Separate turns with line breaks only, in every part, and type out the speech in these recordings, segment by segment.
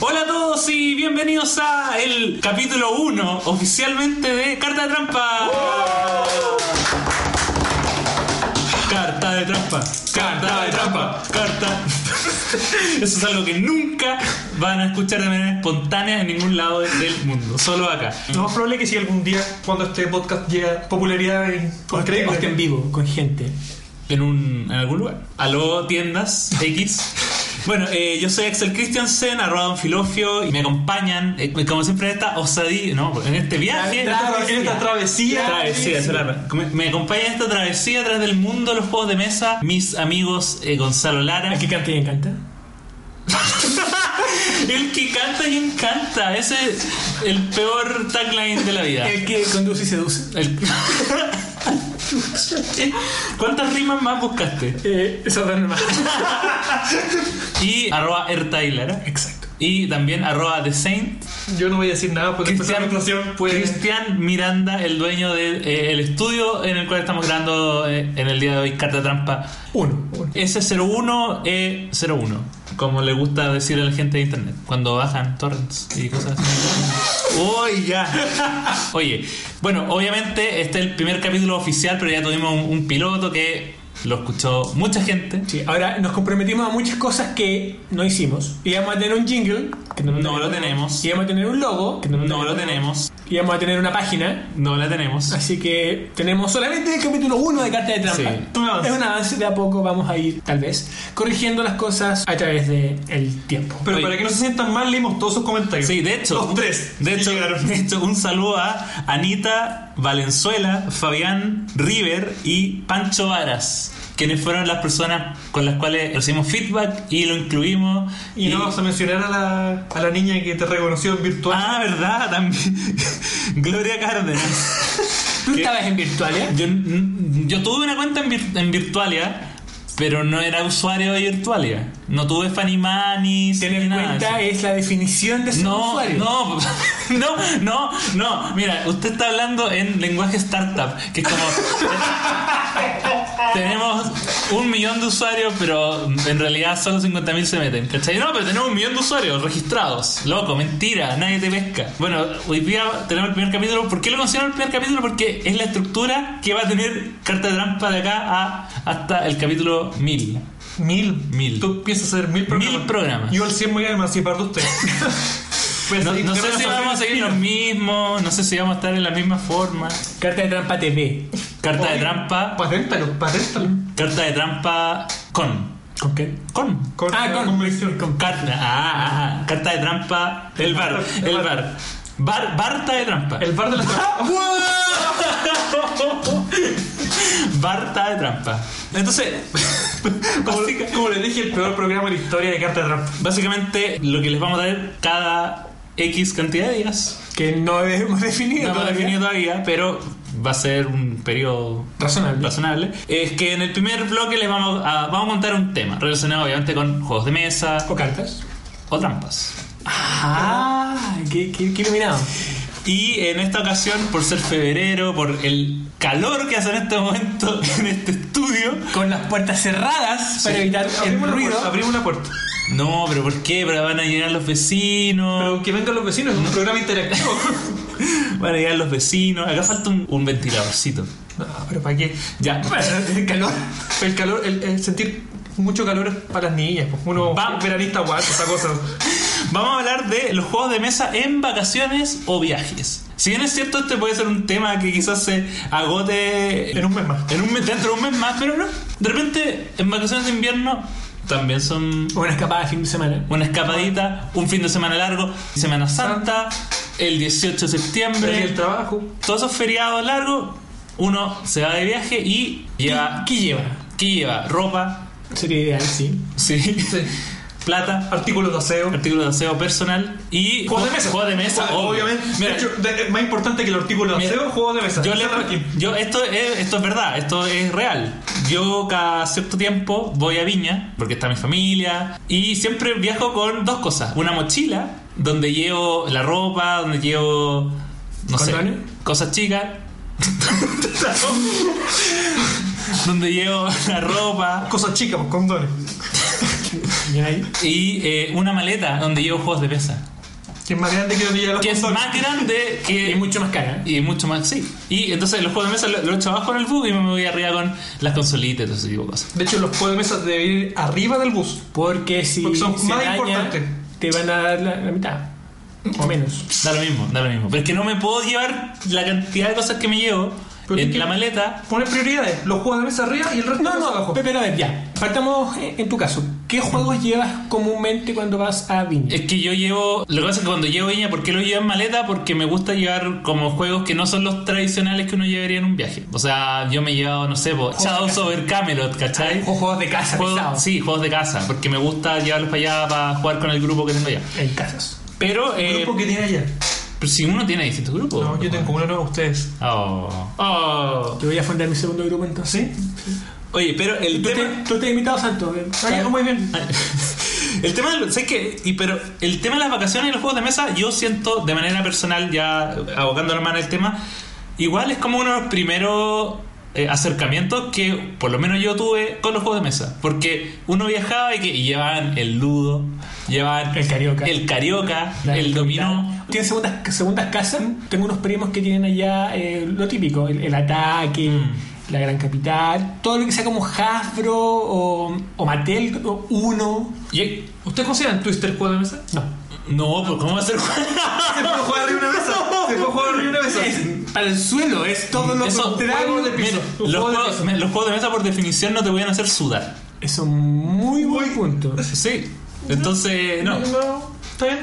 Hola a todos y bienvenidos a el capítulo 1 oficialmente de Carta de Trampa. Carta de trampa, carta de trampa, carta. Eso es algo que nunca van a escuchar de manera espontánea en ningún lado del mundo, solo acá.
Lo más probable es que si algún día, cuando este podcast llegue a popularidad en
Con
increíble,
gente en vivo, con gente.
En, un, en algún lugar. Aló, tiendas X. Bueno, eh, yo soy Axel Christiansen, arroba Filofio, y me acompañan, eh, como siempre, en esta osadía, no, en este viaje.
en esta- en esta travesía,
Travesía, esa es la palabra. Me- Me acompaña en esta travesía tras del mundo de los juegos de mesa mis amigos eh, Gonzalo Lara.
¿A qué canta y encanta?
El que canta y encanta. Ese es el peor tagline de la vida.
El que conduce y seduce.
El- ¿Cuántas rimas más buscaste?
Eh, esa es la norma.
Y arroba Ertailara.
Exacto.
Y también arroba The Saint.
yo no voy a decir nada porque después de la
Cristian,
inflación pues
Cristian Miranda, el dueño del eh, el estudio en el cual estamos grabando eh, en el día de hoy Carta Trampa
Uno. uno.
S01E01, como le gusta decir a la gente de internet, cuando bajan torrents y cosas así. ¡Uy, ya! Oye, bueno, obviamente este es el primer capítulo oficial, pero ya tuvimos un, un piloto que lo escuchó mucha gente.
Sí, ahora nos comprometimos a muchas cosas que no hicimos. Y vamos a tener un jingle. Que
No lo tenemos.
Y vamos a tener un logo. Que no,
No lo tenemos,
Y vamos a tener una página.
no la tenemos.
Así que tenemos solamente el capítulo 1 de Carta de Trampa.
Sí.
Un avance.
Es un avance, de a poco vamos a ir, tal vez, corrigiendo las cosas a través del tiempo.
pero
Oye.
para que no se sientan mal leímos todos sus comentarios
Sí, de hecho.
los tres
De hecho,
llegaron.
de hecho, un saludo a Anita Valenzuela, Fabián River y Pancho Varas, quienes fueron las personas con las cuales recibimos feedback y lo incluimos.
y no vamos a mencionar a la, a la niña que te reconoció en virtual
Ah, verdad, también. Gloria Cárdenas.
¿Tú
¿Qué?
estabas en ¿eh? Virtualia?
Yo, mm, yo tuve una cuenta en, Vir- en Virtualia, pero no era usuario de Virtualia. No tuve Fanny Manis.
Tener
ni nada de eso.
cuenta es la definición de ser
No,
usuario.
no, no, no, no. Mira, usted está hablando en lenguaje startup, que es como. tenemos un millón de usuarios, pero en realidad solo 50.000 se meten, ¿cachai? No, pero tenemos un millón de usuarios registrados. Loco, mentira, nadie te pesca. Bueno, hoy día tenemos el primer capítulo. ¿Por qué lo considero el primer capítulo? Porque es la estructura que va a tener carta de trampa de acá a, hasta el capítulo 1000.
mil
Mil.
tú piensas hacer mil programas
Mil programas.
yo al 100 voy a emancipar de usted Pues,
No,
ahí
no
te
sé
van
si
salir
vamos a seguir los mismos, no sé si vamos a estar en la misma forma.
Carta de Trampa TV.
Carta de
Oye,
trampa.
Paténtalo, paténtalo.
Carta de trampa con.
¿Con qué?
Con.
Con-
Ah, con-
convención.
Carta. Ah, ah, ah. carta de trampa. El bar. El bar. Bar, barta de trampa.
El bar de la
Barta de trampa. Entonces,
como,
básica-
como les dije, el peor programa de la historia de Carta de Trampa.
básicamente lo que les vamos a dar cada X cantidad de días.
Que no hemos
No
definido.
hemos
todavía.
definido todavía, pero va a ser un periodo
Razonable.
razonable. Es que en el primer bloque les vamos a, vamos a contar un tema relacionado obviamente con juegos de mesa
¿O cartas?
o trampas.
Ah, qué, qué, qué iluminado.
Y en esta ocasión, por ser febrero, por el calor que hace en este momento en este estudio.
Con las puertas cerradas para
Sí.
evitar el
una
ruido.
puerta, abrimos una puerta.
No, pero ¿por qué? Pero van a llegar los vecinos.
Pero que vengan los vecinos, es un programa interactivo.
Van a llegar los vecinos. Acá falta un, un ventiladorcito.
no, pero ¿para qué?
Ya.
El calor.
El calor, el, el sentir mucho calor es para las niñas. Pues uno
Va.
veranista guapo, esa cosa.
Vamos a hablar de los juegos de mesa en vacaciones o viajes. Si bien es cierto, este puede ser un tema que quizás se agote
En un mes más.
en un mes- dentro de un mes más, pero no. De repente, en vacaciones de invierno también son
O una escapada de fin de semana.
una escapadita, un fin de semana largo, Semana Santa, el 18 de
Pero el
septiembre,
trabajo.
todos esos feriados largos, uno se va de viaje y lleva,
¿Qué lleva?
¿qué lleva? Ropa,
Sería ideal, sí.
sí, plata,
Artículos de aseo.
artículo de aseo personal y
Juegos de mesa.
Juegos de mesa,
Juegos-
obvio.
obviamente.
Mira,
De hecho, de- eh, más importante que el artículo de
Mira,
aseo, juego de mesa.
yo, le-
Ese ranking.
yo- esto, es, esto es verdad, esto es real. Yo cada cierto tiempo voy a Viña, porque está mi familia, y siempre viajo con dos cosas. Una mochila, donde llevo la ropa, donde llevo, no sé,
¿Condones?
cosas chicas. donde llevo la ropa,
Cosas chicas, pues, condones.
Bien ahí.
Y eh, una maleta donde llevo juegos de mesa.
Que es más grande que lo que ya los
Que es
consoles.
más grande que.
Y mucho más cara. ¿eh?
Y mucho más, sí. Y entonces los juegos de mesa lo- los echo abajo en el bus y me voy arriba con las consolitas y todo ese tipo de cosas.
De hecho, los juegos de mesa deben ir arriba del bus.
Porque si
Porque son
se
más
daña,
importantes.
te van a dar la, la mitad. O menos.
Da lo mismo, da lo mismo. Pero es que no me puedo llevar la cantidad de cosas que me llevo
Pero es
en
que-
la maleta.
Poner prioridades. Los juegos de mesa arriba y el resto
No,
de los abajo.
no, pe- pero a ver, ya. Partamos en en tu caso. ¿Qué juegos llevas comúnmente cuando vas a Viña?
Es que yo llevo. Lo que pasa es que cuando llevo viña, ¿por qué lo llevo en maleta? Porque me gusta llevar como juegos que no son los tradicionales que uno llevaría en un viaje. O sea, yo me he llevado, no sé, po, Shadows over Camelot,
Ah,
¿cachai?
O juegos de casa,
Juegos-
pesados.
sí, juegos de casa, porque me gusta llevarlos para allá para jugar con el grupo que tengo allá.
En casas.
Pero,
El
eh,
grupo que tiene allá.
pero si uno tiene distintos grupos. pues,
No, yo tengo como uno a ustedes.
Oh. Oh.
Yo voy a fundar mi segundo grupo entonces.
Oye, pero el
Tú te,
tema.
tú te has invitado, Santo. eh.
Ah, ya, muy bien.
El tema, del- ¿sabes qué? Y, pero el tema de las vacaciones y los juegos de mesa, yo siento de manera personal, ya abocando la mano al tema, igual es como uno de los primeros eh, acercamientos que por lo menos yo tuve con los juegos de mesa. Porque uno viajaba y que y llevaban el ludo, llevaban
El carioca.
el, carioca,
La
el dominó.
Tienen segundas, segundas casas. Tengo unos primos que tienen allá eh, lo típico: el, el ataque,
Mm.
la gran capital, todo lo que sea como Hasbro o, o Mattel o Uno.
Y-
¿Ustedes consideran Twister juego de mesa?
No.
no, pues ¿cómo va a ser juego?
Se puede jugar arriba de una mesa. Se puede jugar arriba de una mesa.
Es para el suelo, es todo lo
Eso-
contrario.
juego de
Mira,
piso.
los,
Un juego de
juegos,
piso.
me- los juegos de mesa por definición no te pueden hacer sudar.
Es un muy buen punto.
Sí. Entonces, no.
No, está bien.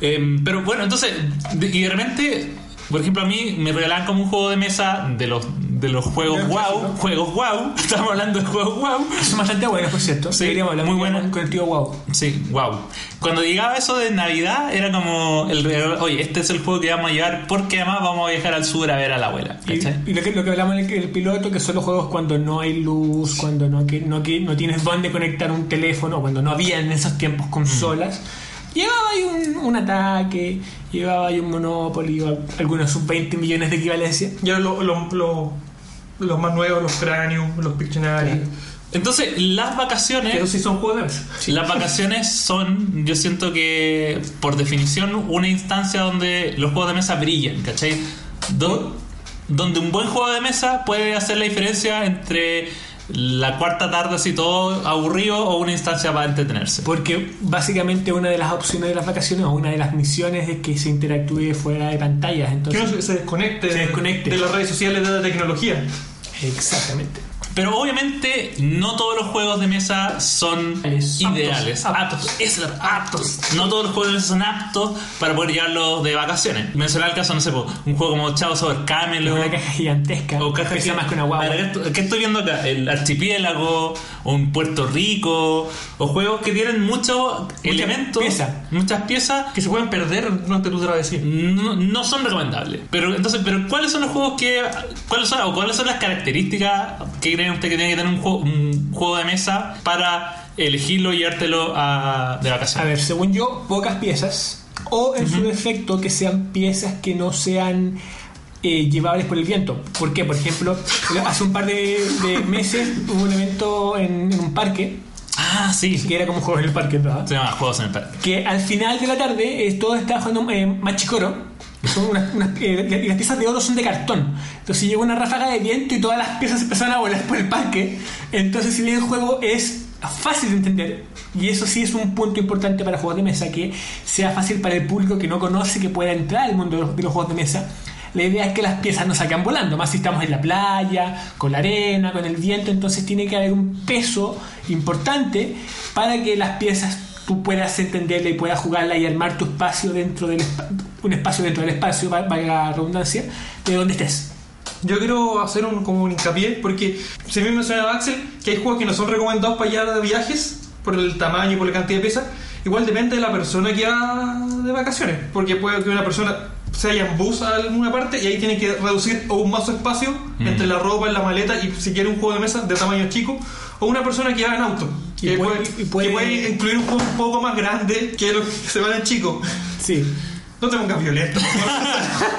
Em, pero bueno, entonces, de- y de repente, por ejemplo, a mí me regalaban como un juego de mesa de los, de los juegos
Ya,
wow,
clásico.
juegos wow, estamos hablando de juegos wow.
Son bastante buenos, por cierto.
Sí,
Deberíamos hablar
muy
con-
buenos.
con el tío Wow.
Sí, wow. Cuando llegaba eso de Navidad, era como el regalo, oye, este es el juego que vamos a llevar porque además vamos a viajar al sur a ver a la abuela.
Y,
¿cachai?
y lo, que, lo que hablamos en el, el piloto, que son los juegos cuando no hay luz, cuando no, que, no, que, no tienes dónde conectar un teléfono, cuando no había en esos tiempos consolas.
Mm.
Llevaba ahí un, un ataque, llevaba ahí un Monopoly, o algunos sub 20 millones de equivalencia.
Y ahora lo- lo- lo- los más nuevos, los Cranium, los Pictionary.
Entonces, las vacaciones...
Que esos sí son juegos de mesa.
Las vacaciones son, yo siento que, por definición, una instancia donde los juegos de mesa brillan, ¿cachai? Do- donde un buen juego de mesa puede hacer la diferencia entre la cuarta tarde así todo aburrido o una instancia para entretenerse.
Porque básicamente una de las opciones de las vacaciones o una de las misiones es que se interactúe fuera de pantallas.
Que
Entonces,
uno se desconecte,
Se desconecte.
de las redes sociales, de la tecnología.
exactamente.
Pero obviamente no todos los juegos de mesa son
Es-
ideales.
aptos,
Aptos. Es la- aptos. No todos los juegos de mesa son aptos para poder llevarlos de vacaciones. Mencionar el caso, no sé, po, un juego como Chavo sobre
Es
Camelot.
una caja gigantesca.
O caja
pesa
que-
más que una guagua.
A ver, ¿qué- ¿Qué estoy viendo acá? El archipiélago, o un Puerto Rico, o juegos que tienen muchos elementos,
piezas.
muchas piezas.
Que se pueden perder durante tu travesía.
No, no son recomendables. Pero entonces, pero ¿cuáles son los juegos que. ¿Cuáles son, o cuáles son las características que creen usted que tiene que tener un juego, un juego de mesa para elegirlo y llevártelo a, de
A
vacaciones?
ver, según yo, pocas piezas. O en su defecto, que sean piezas que no sean eh, llevables por el viento. ¿Por qué? Por ejemplo, hace un par de, de meses hubo un evento en, en un parque,
Ah, sí.
que era como juegos en el parque, ¿verdad?
Se llama Juegos en el Parque.
Que al final de la tarde eh, todos estaban jugando eh, machicoro. Son unas- unas- eh, y las piezas de oro son de cartón. Entonces llegó una ráfaga de viento y todas las piezas empezaron a volar por el parque. Entonces, si bien el juego es fácil de entender, y eso sí es un punto importante para juegos de mesa, que sea fácil para el público que no conoce, que pueda entrar al mundo de los, de los juegos de mesa. La idea es que las piezas no salgan volando, más si estamos en la playa, con la arena, con el viento, entonces tiene que haber un peso importante para que las piezas tú puedas entenderla y puedas jugarla y armar tu espacio dentro del espa- un espacio dentro del espacio, va- valga la redundancia, de donde estés.
Yo quiero hacer un, como un hincapié, porque se me mencionaba Axel que hay juegos que no son recomendados para llevar de viajes, por el tamaño y por la cantidad de piezas. Igual depende de la persona que va de vacaciones, porque puede que una persona se haya en bus a alguna parte y ahí tiene que reducir aún más su espacio
Mm.
entre la ropa y la maleta y si quiere un juego de mesa de tamaño chico, o una persona que va en auto.
Y
que
puede- y
que
puede-
puede incluir un juego un poco más grande que los que se van en chico.
Sí.
No te pongas violento, por favor.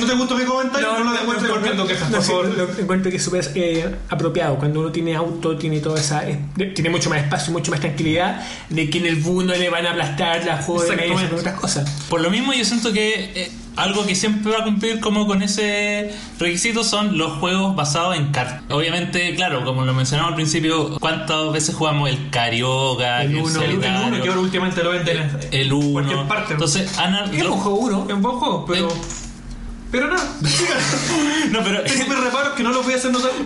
no te gustó mi comentario, no, lo demuestres golpeando quejas, por favor.
lo encuentro que es súper eh, apropiado. Cuando uno tiene auto, tiene toda esa. eh, tiene mucho más espacio, mucho más tranquilidad de que en el bus no le van a aplastar las jóvenes
Exactamente.
y otras cosas.
Por lo mismo yo siento que eh, algo que siempre va a cumplir como con ese requisito son los juegos basados en cartas. Obviamente, claro, como lo mencionamos al principio, ¿cuántas veces jugamos el carioca,
El
el,
uno,
El
solitario,
uno que ahora últimamente lo venden en
el uno?
cualquier parte.
Entonces, Ana...
Es un juego uno.
en buen juego, pero.
Eh.
Pero nada,
No, pero...
tengo mis reparos que no los voy a hacer notar.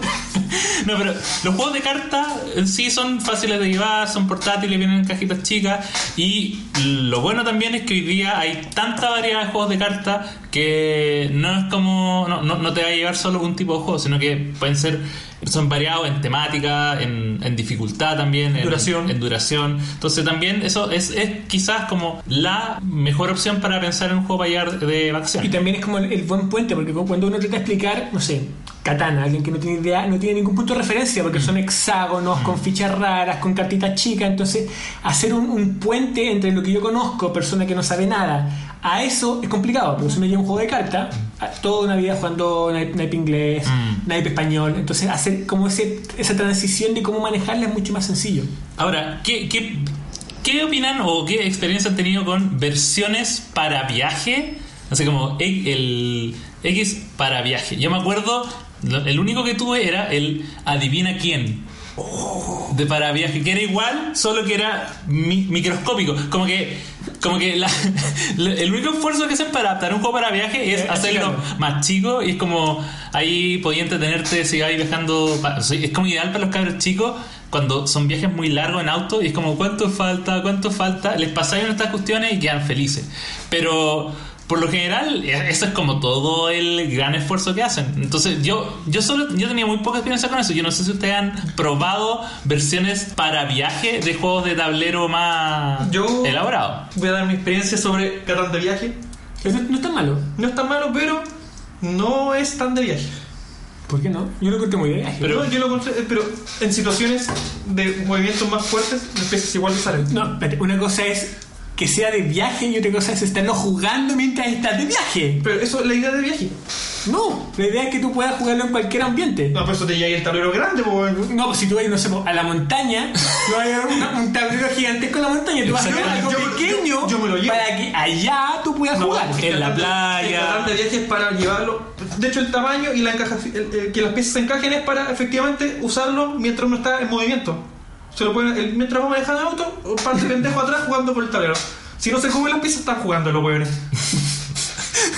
No, pero los juegos de cartas en sí son fáciles de llevar, son portátiles, vienen en cajitas chicas. Y lo bueno también es que hoy día hay tanta variedad de juegos de cartas que no es como. No, no, no te va a llevar solo un tipo de juego, sino que pueden ser. Son variados en temática, en, en dificultad también, en
Duración.
en duración. Entonces también eso es, es quizás como la mejor opción para pensar en un juego para llevar de
Y
acción.
también es como el, el buen puente, porque cuando uno trata de explicar, no sé, katana, alguien que no tiene idea, no tiene ningún punto de referencia, porque son hexágonos, con fichas raras, con cartitas chicas, entonces hacer un, un puente entre lo que yo conozco, persona que no sabe nada, a eso es complicado, porque si uno lleva un juego de cartas, a- toda una vida jugando na- naipe inglés,
Mm.
naipe español, entonces hacer como ese, esa transición de cómo manejarla es mucho más sencillo.
Ahora, ¿qué, qué, qué opinan o qué experiencia han tenido con versiones para viaje? Así como e- el X para viaje. Yo me acuerdo, lo- el único que tuve era el Adivina quién. De para viaje, que era igual, solo que era mi- microscópico. Como que, como que la- el único esfuerzo que hacen para adaptar un juego para viaje es
Eh,
hacerlo
claro.
más chico y es como ahí podía entretenerte si vais viajando. pa- o sea, Es como ideal para los cabros chicos cuando son viajes muy largos en auto y es como cuánto falta, cuánto falta. Les pasáis estas cuestiones y quedan felices. Pero por lo general, e- eso es como todo el gran esfuerzo que hacen. Entonces, yo, yo solo yo tenía muy poca experiencia con eso. Yo no sé si ustedes han probado versiones para viaje de juegos de tablero más
Yo-
elaborados.
Voy a dar mi experiencia sobre Catán de viaje.
Pero no, no es tan malo,
No es tan malo, pero no es tan de viaje.
¿por qué no? Yo lo encontré muy de viaje.
Pero-
No, yo lo encontré, eh, pero en situaciones de movimientos más fuertes, las especies igual le salen.
No, espérate, una cosa es que sea de viaje y otra cosa es estarlo jugando mientras estás de viaje.
Pero eso es la idea de viaje.
No, la idea es que tú puedas jugarlo en cualquier ambiente.
No,
No,
por eso te llega ahí el tablero grande, pues.
pues si tú vas, no sé, a la montaña, no va a haber una- un tablero gigantesco en la montaña, tú vas a hacer algo
Yo me- yo-
pequeño
yo me lo llevo.
para que allá tú puedas jugar.
es que
en la
el catán de-
playa.
El catán de viaje es para llevarlo. De hecho, el tamaño y la encaja, el- el- que las piezas se encajen es para efectivamente usarlo mientras uno está en movimiento. Se lo pueden, el- mientras va manejando el auto, parte pendejo atrás jugando por el tablero. Si no se mueven las piezas, están jugando los huevones.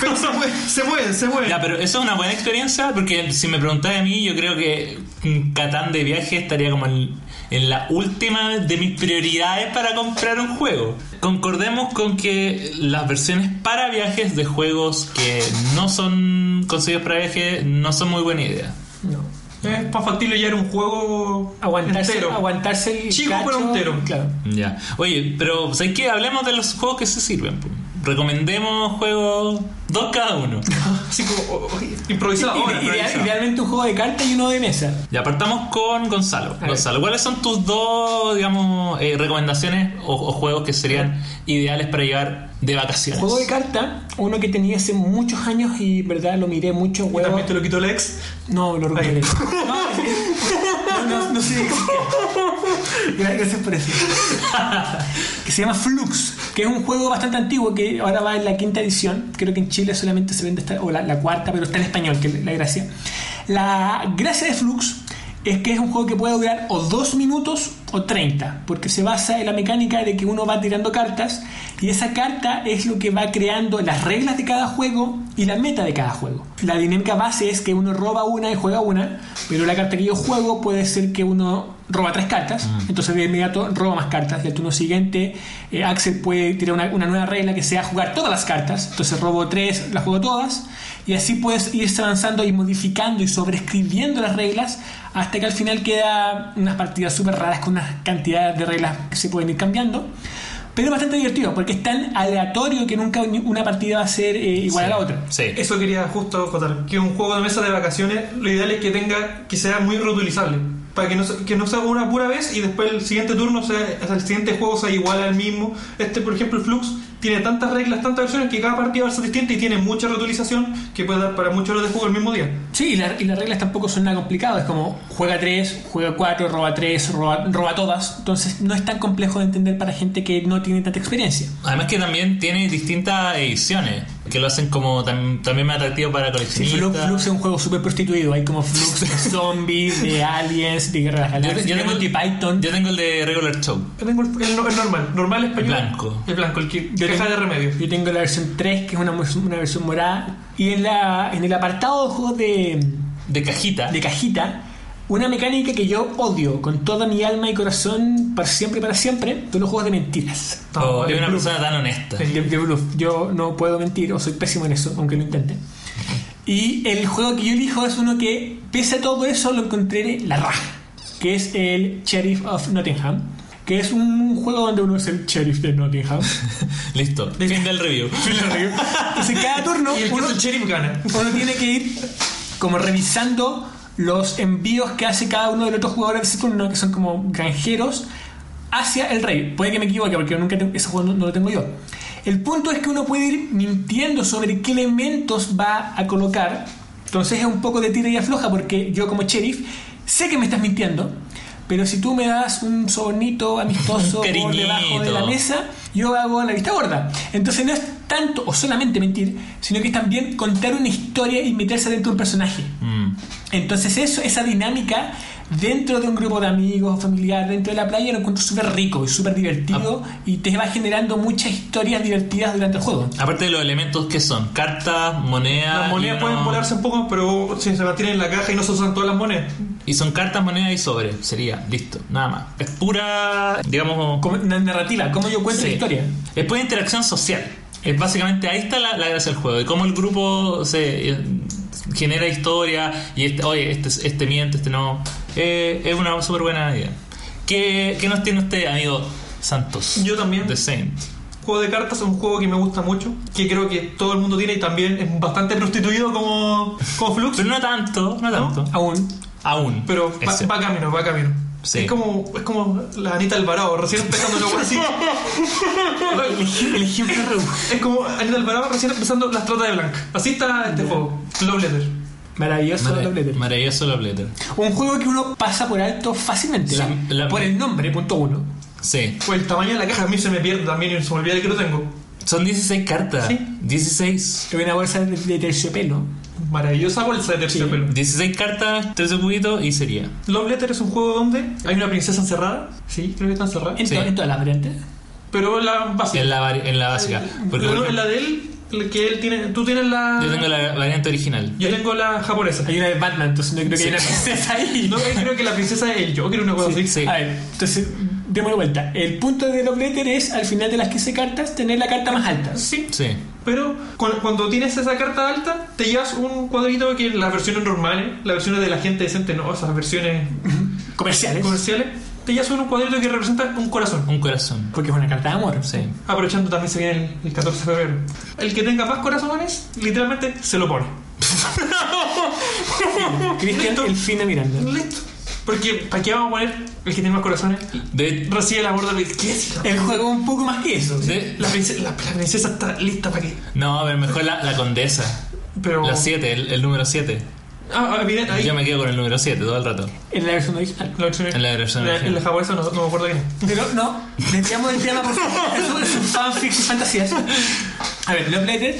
Pero se mueven, se mueven, se mueven.
Ya, pero eso es una buena experiencia porque si me preguntáis a mí, yo creo que un Catán de viaje estaría como en, en la última de mis prioridades para comprar un juego. Concordemos con que las versiones para viajes de juegos que no son conseguidos para viaje no son muy buena idea.
No.
Es más factible ya era un juego
Aguantarse,
entero.
aguantarse el
Chico,
cacho,
pero entero.
Claro.
Ya. Oye, pero ¿sabes qué? Hablemos de los juegos que se sirven. po. Recomendemos juegos dos cada uno.
Así como oh, oh, improvisado. ahora,
Ide- ideal-
improvisado.
idealmente un juego de cartas y uno de mesa.
Ya partamos con Gonzalo.
ver.
Gonzalo, ¿cuáles son tus dos, digamos, eh, recomendaciones o, o juegos que serían ideales para llevar de vacaciones?
Juego de carta, uno que tenía hace muchos años y verdad lo miré mucho,
Y
huevo.
También te lo quitó el ex.
No, lo recuperé.
Ahí.
No, no, no sé. Gra- Gracias por eso. Que se llama Flux, que es un juego bastante antiguo que ahora va en la quinta edición. Creo que en Chile solamente se vende esta, o la, la cuarta, pero está en español, que es la gracia. La gracia de Flux es que es un juego que puede durar o dos minutos o 30, porque se basa en la mecánica de que uno va tirando cartas y esa carta es lo que va creando las reglas de cada juego y la meta de cada juego. La dinámica base es que uno roba una y juega una, pero la carta que yo juego puede ser que uno roba tres cartas, entonces de inmediato roba más cartas. Y al turno siguiente, eh, Axel puede tirar una, una nueva regla que sea jugar todas las cartas, entonces robo tres, las juego todas, y así puedes ir avanzando y modificando y sobreescribiendo las reglas hasta que al final queda unas partidas súper raras con una cantidad de reglas que se pueden ir cambiando. Pero es bastante divertido porque es tan aleatorio que nunca ni- una partida va a ser eh,
Sí.
igual a la otra.
Sí.
Eso quería justo acotar. Que un juego de mesa de vacaciones, lo ideal es que tenga, que sea muy reutilizable. para que no, se- que no se haga una pura vez y después el siguiente turno, sea, o sea, el siguiente juego sea igual al mismo. Este, por ejemplo, el Flux tiene tantas reglas, tantas versiones que cada partida va a ser distinta y tiene mucha reutilización que puede dar para muchas horas de juego el mismo día.
Sí, y, la- y las reglas tampoco son nada complicadas. Es como juega 3, juega 4, roba 3, roba, roba todas. Entonces no es tan complejo de entender para gente que no tiene tanta experiencia.
Además que también tiene distintas ediciones que lo hacen como tam- también más atractivo para
Sí, Flu-
coleccionistas.
Flux es un juego súper prostituido. Hay como Flux de zombies, de aliens, de guerras
Yo,
galaxias,
yo
de
tengo
Monty
el,
Python.
yo tengo el de Regular Show.
Yo tengo el, el no- el normal, normal español.
El blanco.
El blanco, el que
Yo
deja de
tengo-
remedio.
Yo tengo la versión 3, que es una, una versión morada. Y en, la, en el apartado de juegos de,
De cajita.
de cajita, una mecánica que yo odio con toda mi alma y corazón para siempre, para siempre, son los juegos de mentiras.
Oh, es una
Blue.
persona tan honesta.
El de- de bluff. Yo no puedo mentir, o soy pésimo en eso, aunque lo intente. Y el juego que yo elijo es uno que, pese a todo eso, lo encontré la raja, que es el Sheriff of Nottingham, que es un juego donde uno es el Sheriff de Nottingham.
Listo. Fin del review.
Entonces cada turno
Y el que
uno,
es el sheriff gana.
uno tiene que ir como revisando los envíos que hace cada uno de los otros jugadores de ese turno, que son como granjeros, hacia el rey. Puede que me equivoque porque nunca tengo- ese juego no, no lo tengo yo. El punto es que uno puede ir mintiendo sobre qué elementos va a colocar. Entonces es un poco de tira y afloja porque yo como sheriff sé que me estás mintiendo, pero si tú me das un sobornito amistoso por debajo de la
Cariñito.
mesa, esa, yo hago la vista gorda. Entonces no es tanto o solamente mentir, sino que es también contar una historia y meterse dentro de un personaje.
Mm.
Entonces eso, esa dinámica dentro de un grupo de amigos, familiar, dentro de la playa, lo encuentro súper rico y súper divertido
Ah.
y te va generando muchas historias divertidas durante el juego.
Aparte de los elementos que son cartas, monedas.
Las monedas
y
pueden
uno-
volarse un poco, pero si se mantienen en la caja y no se usan todas las monedas.
Y son cartas, monedas y sobre. Sería, listo, nada más. Es pura, digamos,
Como una narrativa, cómo yo cuento
Sí.
la historia.
es pura interacción social. Es básicamente ahí está la, la gracia del juego. De cómo el grupo se eh, genera historia y este, oye, este, este miente, este no. Eh, es una súper buena idea. ¿Qué, qué nos tiene usted, amigo Santos?
Yo también.
The Saint.
Juego de cartas es un juego que me gusta mucho, que creo que todo el mundo tiene y también es bastante prostituido como, como Flux.
Pero no tanto, no tanto.
Aún.
Aún.
Ah. Pero
Eso.
va, va camino, va camino.
Sí.
Es como es como la Anita Alvarado, recién empezando la web así.
El ejemplo redujo.
Es como Anita Alvarado recién empezando las tratas de blanca. Así está este juego. Love Letter.
Maravilloso.
Mara-
doblete.
Maravilloso Love Letter.
Un juego que uno pasa por alto fácilmente.
La-
o sea,
la-
por el nombre, punto uno.
Sí.
O el tamaño de la caja a mí se me pierde también y se me olvida que lo tengo.
Son 16 cartas.
Sí.
16.
Es una bolsa de, de terciopelo.
Maravillosa bolsa de terciopelo.
16 cartas, 13 cubitos y sería.
Love Letter es un juego donde hay una princesa encerrada. Sí, creo que está encerrada.
En,
Sí.
to- en todas las variantes.
Pero la básica.
En la, vari- en la básica. Porque
Pero
por
no, la de él, la que él tiene. Tú tienes la.
ejemplo, yo tengo la variante original.
Yo tengo la japonesa.
Hay una de Batman, entonces no creo que
Sí.
haya una princesa ahí.
No, eh. yo creo que la princesa es el Joker, una cosa así.
sí.
A ver, entonces, démosle vuelta. El punto de doble Letter es, al final de las 15 cartas, tener la carta más alta.
Sí.
Sí.
Pero cu- cuando tienes esa carta alta, te llevas un cuadrito que en las versiones normales, las versiones de la gente decente, no, esas versiones
Comerciales.
comerciales, te llevas un cuadrito que representa un corazón.
Un corazón.
Porque es una carta de amor.
Sí.
Aprovechando también se viene el, el 14 de febrero. El que tenga más corazones, literalmente se lo pone.
Cristian,
Listo.
el fin de Miranda.
Listo. Porque, ¿para qué vamos a poner el que tiene más corazones?
De,
Recibe el amor de la ¿Qué es?
El juego un poco más que eso.
de-
La princesa, la- la princesa está lista para qué.
no, a ver, mejor la, la condesa.
Pero.
La 7, el, el número 7.
Ah, ah, mira, ahí.
Yo me quedo con el número 7 todo el rato.
En la versión original.
La versión-
En la versión
la-
original.
en la japonesa no, no me acuerdo quién es.
Pero no, desviamos el tema por favor. Eso es un fanfic y fantasías. A ver, Love Letter.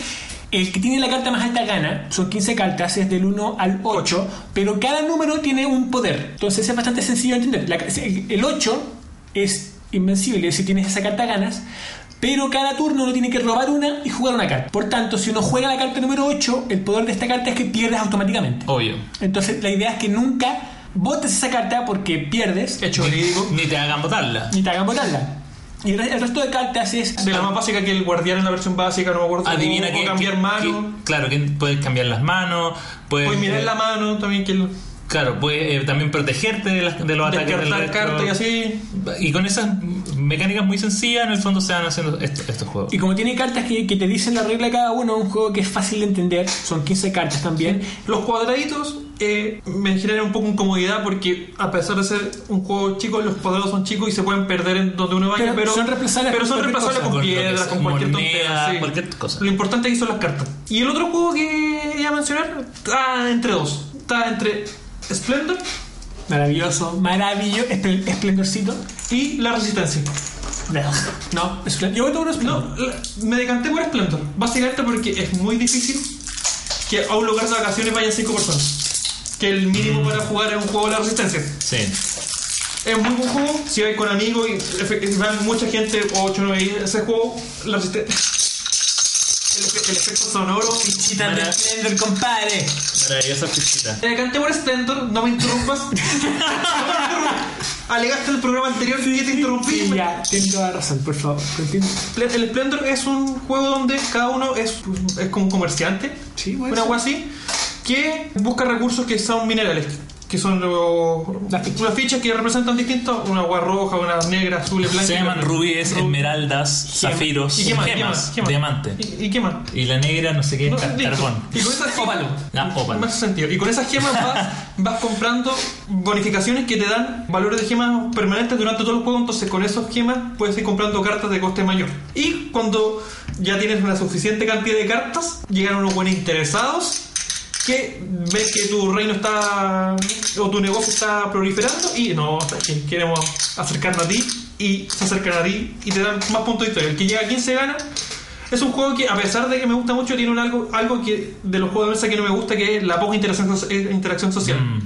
El que tiene la carta más alta gana, son 15 cartas, es del 1 al 8, pero cada número tiene un poder. Entonces es bastante sencillo de entender. La ca- el 8 es invencible, si tienes esa carta ganas, pero cada turno uno tiene que robar una y jugar una carta. Por tanto, si uno juega la carta número 8, el poder de esta carta es que pierdes automáticamente.
Obvio.
Entonces la idea es que nunca votes esa carta porque pierdes
Hecho verídico.
Ni te hagan botarla
ni te hagan votarla. Y el, re- el resto de cartas es.
De la más básica que el guardián en la versión básica, no me acuerdo.
Ah. Adivina
o- o
que.
cambiar
que-
mano.
que- claro, que puedes cambiar las manos. Puedes.
Puedes mirar la mano también. Que el-
Claro, puede eh, también protegerte de, las- de los ataques del
Descartar
resto.
cartas y así.
Y con esas mecánicas muy sencillas, en el fondo se van haciendo est- estos juegos.
Y como tiene cartas que, que te dicen la regla de cada uno, un juego que es fácil de entender, son 15 cartas también.
Los cuadraditos eh, me generan un poco incomodidad porque a pesar de ser un juego chico, los cuadrados son chicos y se pueden perder en donde uno vaya,
Pero
pero,
son reemplazables con
pero son
cualquier
reemplazables
cosa.
con
Con lo que
piedras,
sea,
con cualquier
moneda,
tontera. sí.
cualquier cosa.
Lo importante aquí son las cartas. Y el otro juego que iba a mencionar está entre dos. Está entre Splendor
Maravilloso, maravilloso, espl- esplendorcito.
y La Resistencia.
No, es flan- yo voy a tomar un
No,
esplendor.
la- me decanté por Splendor. Básicamente porque es muy difícil que a un lugar de vacaciones vayan cinco personas. Que el mínimo
Mm.
para jugar es un juego de la resistencia.
Sí.
Es muy buen juego. Si vais con amigos y efe- y van mucha gente, 8 o 9, ese juego, la resiste- el, efe- el efecto sonoro.
Chita de
Mara-
esplendor, compadre.
Maravillosa fichita.
Te canté por Splendor, no me interrumpas. No me interrumpas. Alegaste en el programa anterior que te interrumpí.
Sí, ya, tienes toda la razón, por favor. ¿Lo entiendes?
Splen- El Splendor es un juego donde cada uno es, pues, es como un comerciante,
Sí,
una agua así, que busca recursos que son minerales. Que son los-
Las fichas.
unas fichas que representan distintos, una agua roja, una negra, azul, blanca.
Se llaman rubíes,
Ru-
esmeraldas, zafiros,
¿Y qué más? ¿Qué más? ¿Qué más?
diamante.
¿Y, y qué más?
Y la negra, no sé qué,
No,
car-
listo.
carbón.
Y con esas óvalo.
La óvalo.
Más sentido. Y con esas gemas vas, vas comprando bonificaciones que te dan valores de gemas permanentes durante todo el juego. Entonces con esas gemas puedes ir comprando cartas de coste mayor. Y cuando ya tienes una suficiente cantidad de cartas, llegan unos buenos interesados que ven que tu reino está o tu negocio está proliferando y no, ¿sabes qué? queremos acercarnos a ti y se acercan a ti y te dan más puntos de historia. El que llega a 15 gana. Es un juego que, a pesar de que me gusta mucho, tiene un algo, algo que de los juegos de mesa que no me gusta, que es la poca interacción, eh, interacción social.
Mm,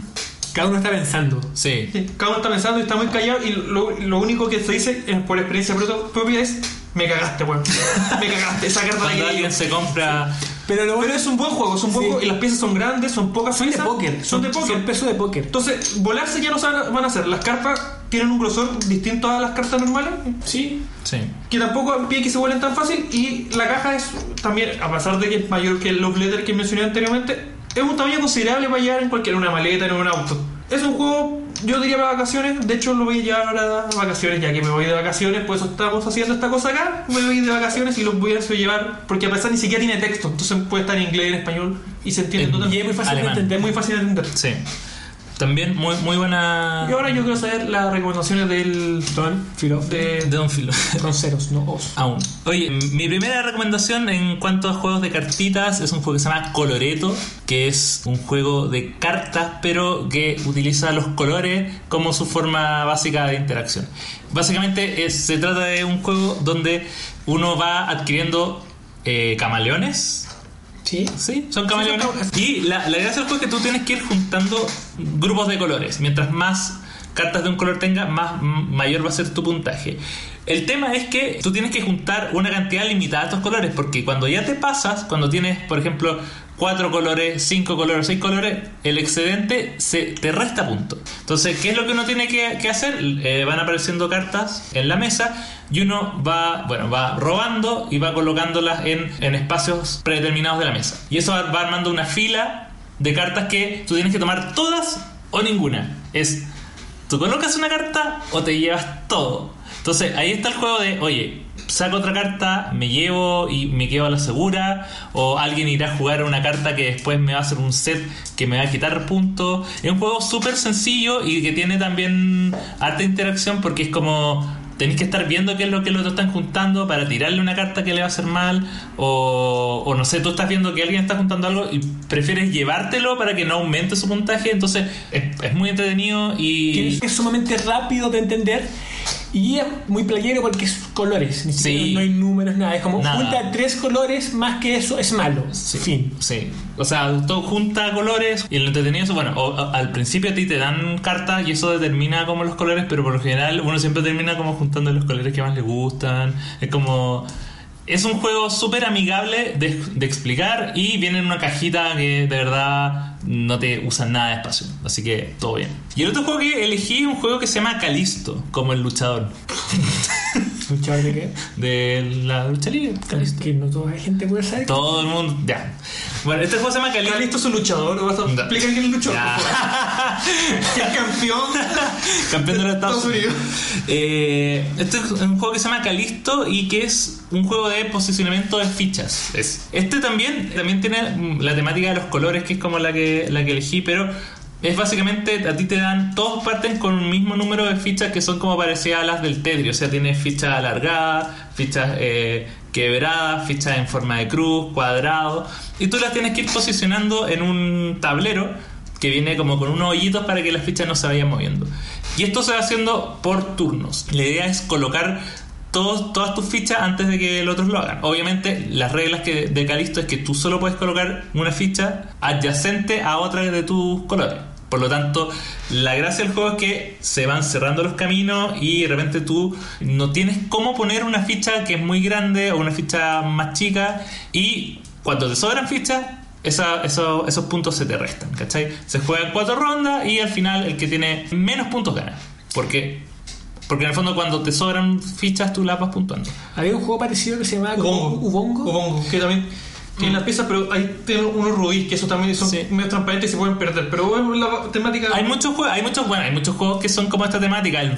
Cada uno está pensando.
sí.
Sí, Cada uno está pensando y está muy callado y lo, lo único que se dice eh, por experiencia pro- propia es me cagaste, weón. Me cagaste, esa carta la
Cuando
que
alguien se compra.
Pero lo
Pero
bueno
es un buen juego, es un buen
Sí.
juego y las piezas son grandes, son pocas
son de
piezas,
póker.
Son de póker.
Son pesos de póker.
Entonces, volarse ya no se van a- van a hacer. Las cartas tienen un grosor distinto a las cartas normales,
Sí.
Sí.
que tampoco impide que se vuelen tan fácil. Y la caja es también, a pesar de que es mayor que el Love Letter que mencioné anteriormente, es un tamaño considerable para llevar en cualquier una maleta, en un auto. Es un juego, yo diría para vacaciones. De hecho, lo voy a llevar ahora a vacaciones, ya que me voy de vacaciones. Por eso estamos haciendo esta cosa acá. Me voy de vacaciones y los voy a llevar, porque a pesar ni siquiera tiene texto. Entonces puede estar en inglés, en español y se entiende
En-
Y
totalmente.
es muy fácil
Alemán.
de
Es
entender.
muy fácil de entender.
Sí. También muy, muy buena.
Y ahora yo quiero saber las recomendaciones del.
Don, filo,
eh, De
de.
Don Filo.
con ceros, no os.
Aún. Oye, mi primera recomendación en cuanto a juegos de cartitas es un juego que se llama Coloreto, que es un juego de cartas, pero que utiliza los colores como su forma básica de interacción. Básicamente es- se trata de un juego donde uno va adquiriendo eh, camaleones.
Sí.
Sí, son camaleones. Y la, la gracia del juego es que tú tienes que ir juntando grupos de colores. Mientras más cartas de un color tengas, más m- mayor va a ser tu puntaje. El tema es que tú tienes que juntar una cantidad limitada de estos colores, porque cuando ya te pasas, cuando tienes, por ejemplo, cuatro colores, cinco colores, seis colores, el excedente se te resta punto. Entonces, ¿qué es lo que uno tiene que, que hacer? Eh, van apareciendo cartas en la mesa y uno va, bueno, va robando y va colocándolas en, en espacios predeterminados de la mesa. Y eso va, va armando una fila de cartas que tú tienes que tomar todas o ninguna. Es, tú colocas una carta o te llevas todo. Entonces, ahí está el juego de, oye, saco otra carta, me llevo y me quedo a la segura, o alguien irá a jugar una carta que después me va a hacer un set que me va a quitar puntos. Es un juego súper sencillo y que tiene también harta interacción porque es como... Tenéis que estar viendo qué es lo que los otros están juntando para tirarle una carta que le va a hacer mal. O, o no sé, tú estás viendo que alguien está juntando algo y prefieres llevártelo para que no aumente su puntaje. Entonces es, es muy entretenido
Que
y...
es sumamente rápido de entender y es muy playero porque es colores, ni
Sí.
siquiera- no hay números, nada. Es como
Nada.
junta tres colores, más que eso es malo.
Sí,
Fin.
Sí. O sea, todo junta colores y lo entretenido es, bueno, o- a- al principio a ti te dan cartas y eso determina como los colores, pero por lo general uno siempre termina como juntando los colores que más le gustan. Es como... Es un juego súper amigable de, de explicar y viene en una cajita que de verdad no te usa nada de espacio. Así que todo bien. Y el otro juego que elegí es un juego que se llama Calisto, como el luchador.
¿Luchador de qué?
de la lucha libre.
Es que no toda la gente puede saber.
Todo el mundo. Ya. Bueno, este juego se llama Calisto.
Calisto es un luchador. Vas a
No.
explica quién es el luchador.
Ya.
por favor. Que es campeón.
Campeón de los Estados
Estados
Unidos. Eh, este es un juego que se llama Calisto y que es un juego de posicionamiento de fichas. Es- este también, también tiene mm, la temática de los colores, que es como la que, la que elegí, pero es básicamente, a ti te dan, todos parten con un mismo número de fichas que son como parecidas a las del Tetris. O sea, tienes fichas alargadas, fichas eh, quebradas, fichas en forma de cruz, cuadrado. Y tú las tienes que ir posicionando en un tablero que viene como con unos hoyitos para que las fichas no se vayan moviendo. Y esto se va haciendo por turnos. La idea es colocar todos, todas tus fichas antes de que el otro lo hagan. Obviamente, las reglas que, de Calisto es que tú solo puedes colocar una ficha adyacente a otra de tus colores. Por lo tanto, la gracia del juego es que se van cerrando los caminos y de repente tú no tienes cómo poner una ficha que es muy grande o una ficha más chica y cuando te sobran fichas esa- eso- esos puntos se te restan, ¿cachai? Se juegan cuatro rondas y al final el que tiene menos puntos gana. ¿Por qué? Porque en el fondo cuando te sobran fichas tú las vas puntuando.
Había un juego parecido que se llamaba como Ubongo.
Ubongo, que también tiene las piezas, pero hay tiene unos rubíes que eso también son
Sí.
medio transparentes y se pueden perder. Pero bueno, la temática.
Hay muchos juegos, hay muchos, bueno, hay muchos juegos que son como esta temática, el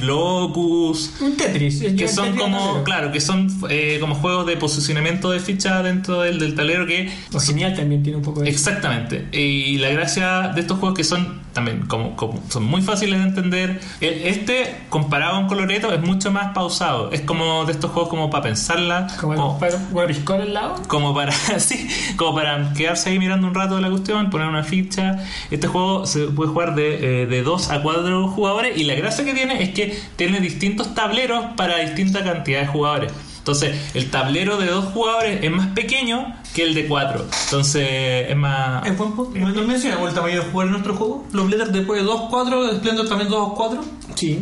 Blocus,
Un Tetris. el
que
Tetris
son como,
tablero.
claro, que son eh, como juegos de posicionamiento de fichas dentro del, del tablero que
O genial también tiene un poco de eso.
Exactamente. Y la gracia de estos juegos que son también como, como son muy fáciles de entender. E- Este, comparado a un coloreto, es mucho más pausado. Es como de estos juegos como para pensarla.
Como el
como-
para- con el piscón al lado.
como para sí, como para quedarse ahí mirando un rato de la cuestión, poner una ficha. Este juego se puede jugar de, eh, de 2 a 4 jugadores y la gracia que tiene es que tiene distintos tableros para distinta cantidad de jugadores. Entonces, el tablero de dos jugadores es más pequeño que el de cuatro. Entonces, es más...
Es buen punto. No mencionamos el tamaño de jugar en nuestro juego. Los Blader después de 2-4, Splendor también 2-4.
Sí.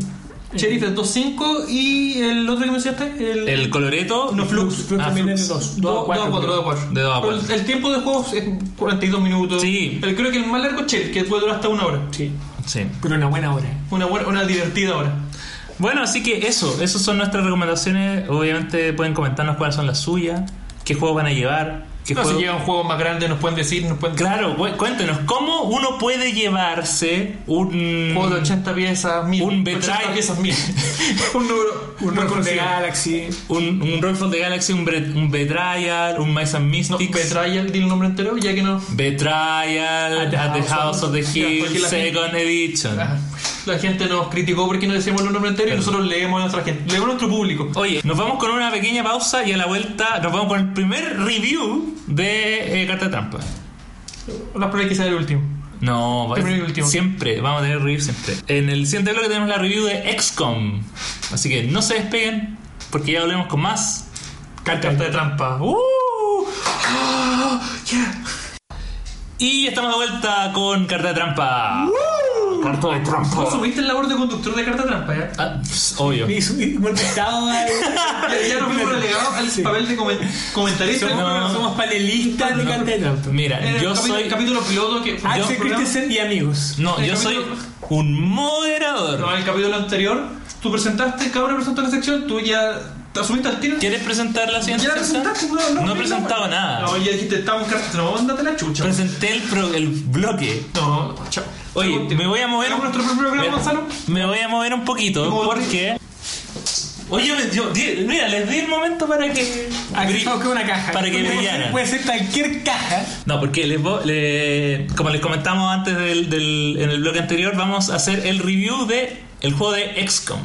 Eh,
Sheriff es 2-5 y el otro que mencionaste, el,
El coloreto...
no Flux.
Flux, Flux
Ah,
también
Flux.
es de 2. 2
2
a
a
4.
4, 2 a 4.
De dos a
Pero
cuatro.
El, el tiempo de juego es 42 minutos.
Sí.
El, creo que el más largo es Sheriff, que puede durar hasta una hora.
Sí.
Sí.
Pero una buena hora.
Una, buena- una divertida hora.
Bueno, así que eso, esas son nuestras recomendaciones. Obviamente pueden comentarnos cuáles son las suyas, qué juegos van a llevar, qué
No,
juego-
si llegan juegos más grandes, nos pueden decir, nos pueden
Claro, cu- cuéntenos, ¿cómo uno puede llevarse un...
Juego de 80 piezas, 1000.
Un
80
Betray.
piezas, 1000. un número.
Un
no
Rojo de
conocido.
Galaxy.
Un, un Rollfall de Galaxy, un, Bre- un Betrayal, un Mice and
No,
Mystics,
Betrayal, di el nombre entero, ya que no.
Betrayal,
At the
At the House
House
of the
Ah, Ya,
Hill,
porque la gente-
Second Edition.
Ajá. ah, La gente nos criticó porque no decíamos el nombre entero y
Perdón.
nosotros leemos a nuestra gente, leemos a nuestro público.
Oye, nos vamos con una pequeña pausa y a la vuelta nos vamos con el primer review de eh, Carta de Trampa.
La prueba es que sea el último.
No, va-
Primero y Este último.
siempre, vamos a tener review siempre. En el siguiente bloque tenemos la review de XCOM. Así que no se despeguen, porque ya volvemos con más
Carta de trampa. ¡Uh! ¡Ah! ¡Yeah!
Y estamos de vuelta con Carta de Trampa.
Uh.
Carta de Trampa.
Vos subiste el labor de conductor de carta trampa, ¿ya?
Ah, pss, obvio.
Y su- y como el estado ahí.
Ya, ya nos fuimos relegados al
Sí.
papel de comen- comentarista.
Somos-
Bueno,
Somos panelistas de Carta de Trampa.
en
Mira,
el
yo
Eh, capítulo,
soy.
capítulo piloto que. fue un
Axel
programa-
Christensen y amigos.
No,
el
yo soy
capítulo-
un
No, eh.
moderador.
en el capítulo anterior, tú presentaste, cada uno presentó una sección, tú ya te asumiste al tiro.
¿Quieres presentar la siguiente
Ya
sección?
presentaste, pues, no, no,
he presentado
no,
nada.
No, ya dijiste, estamos en carta, no, andate la chucha.
Presenté el, pro- el bloque.
No, chao.
Oye,
Chao contigo.
me voy a mover-
Hagamos nuestro propio programa,
Mira,
Gonzalo.
Me voy a mover un poquito
¿Cómo te-
porque. Oye, me- yo, di- mira, les di el momento para que.
Aquí tengo que una caja.
Para que
Puede ser-
brillaran.
Puede ser cualquier caja.
No, porque les vo- le- como les comentamos antes del, del- en el bloque anterior, vamos a hacer el review de el juego de XCOM.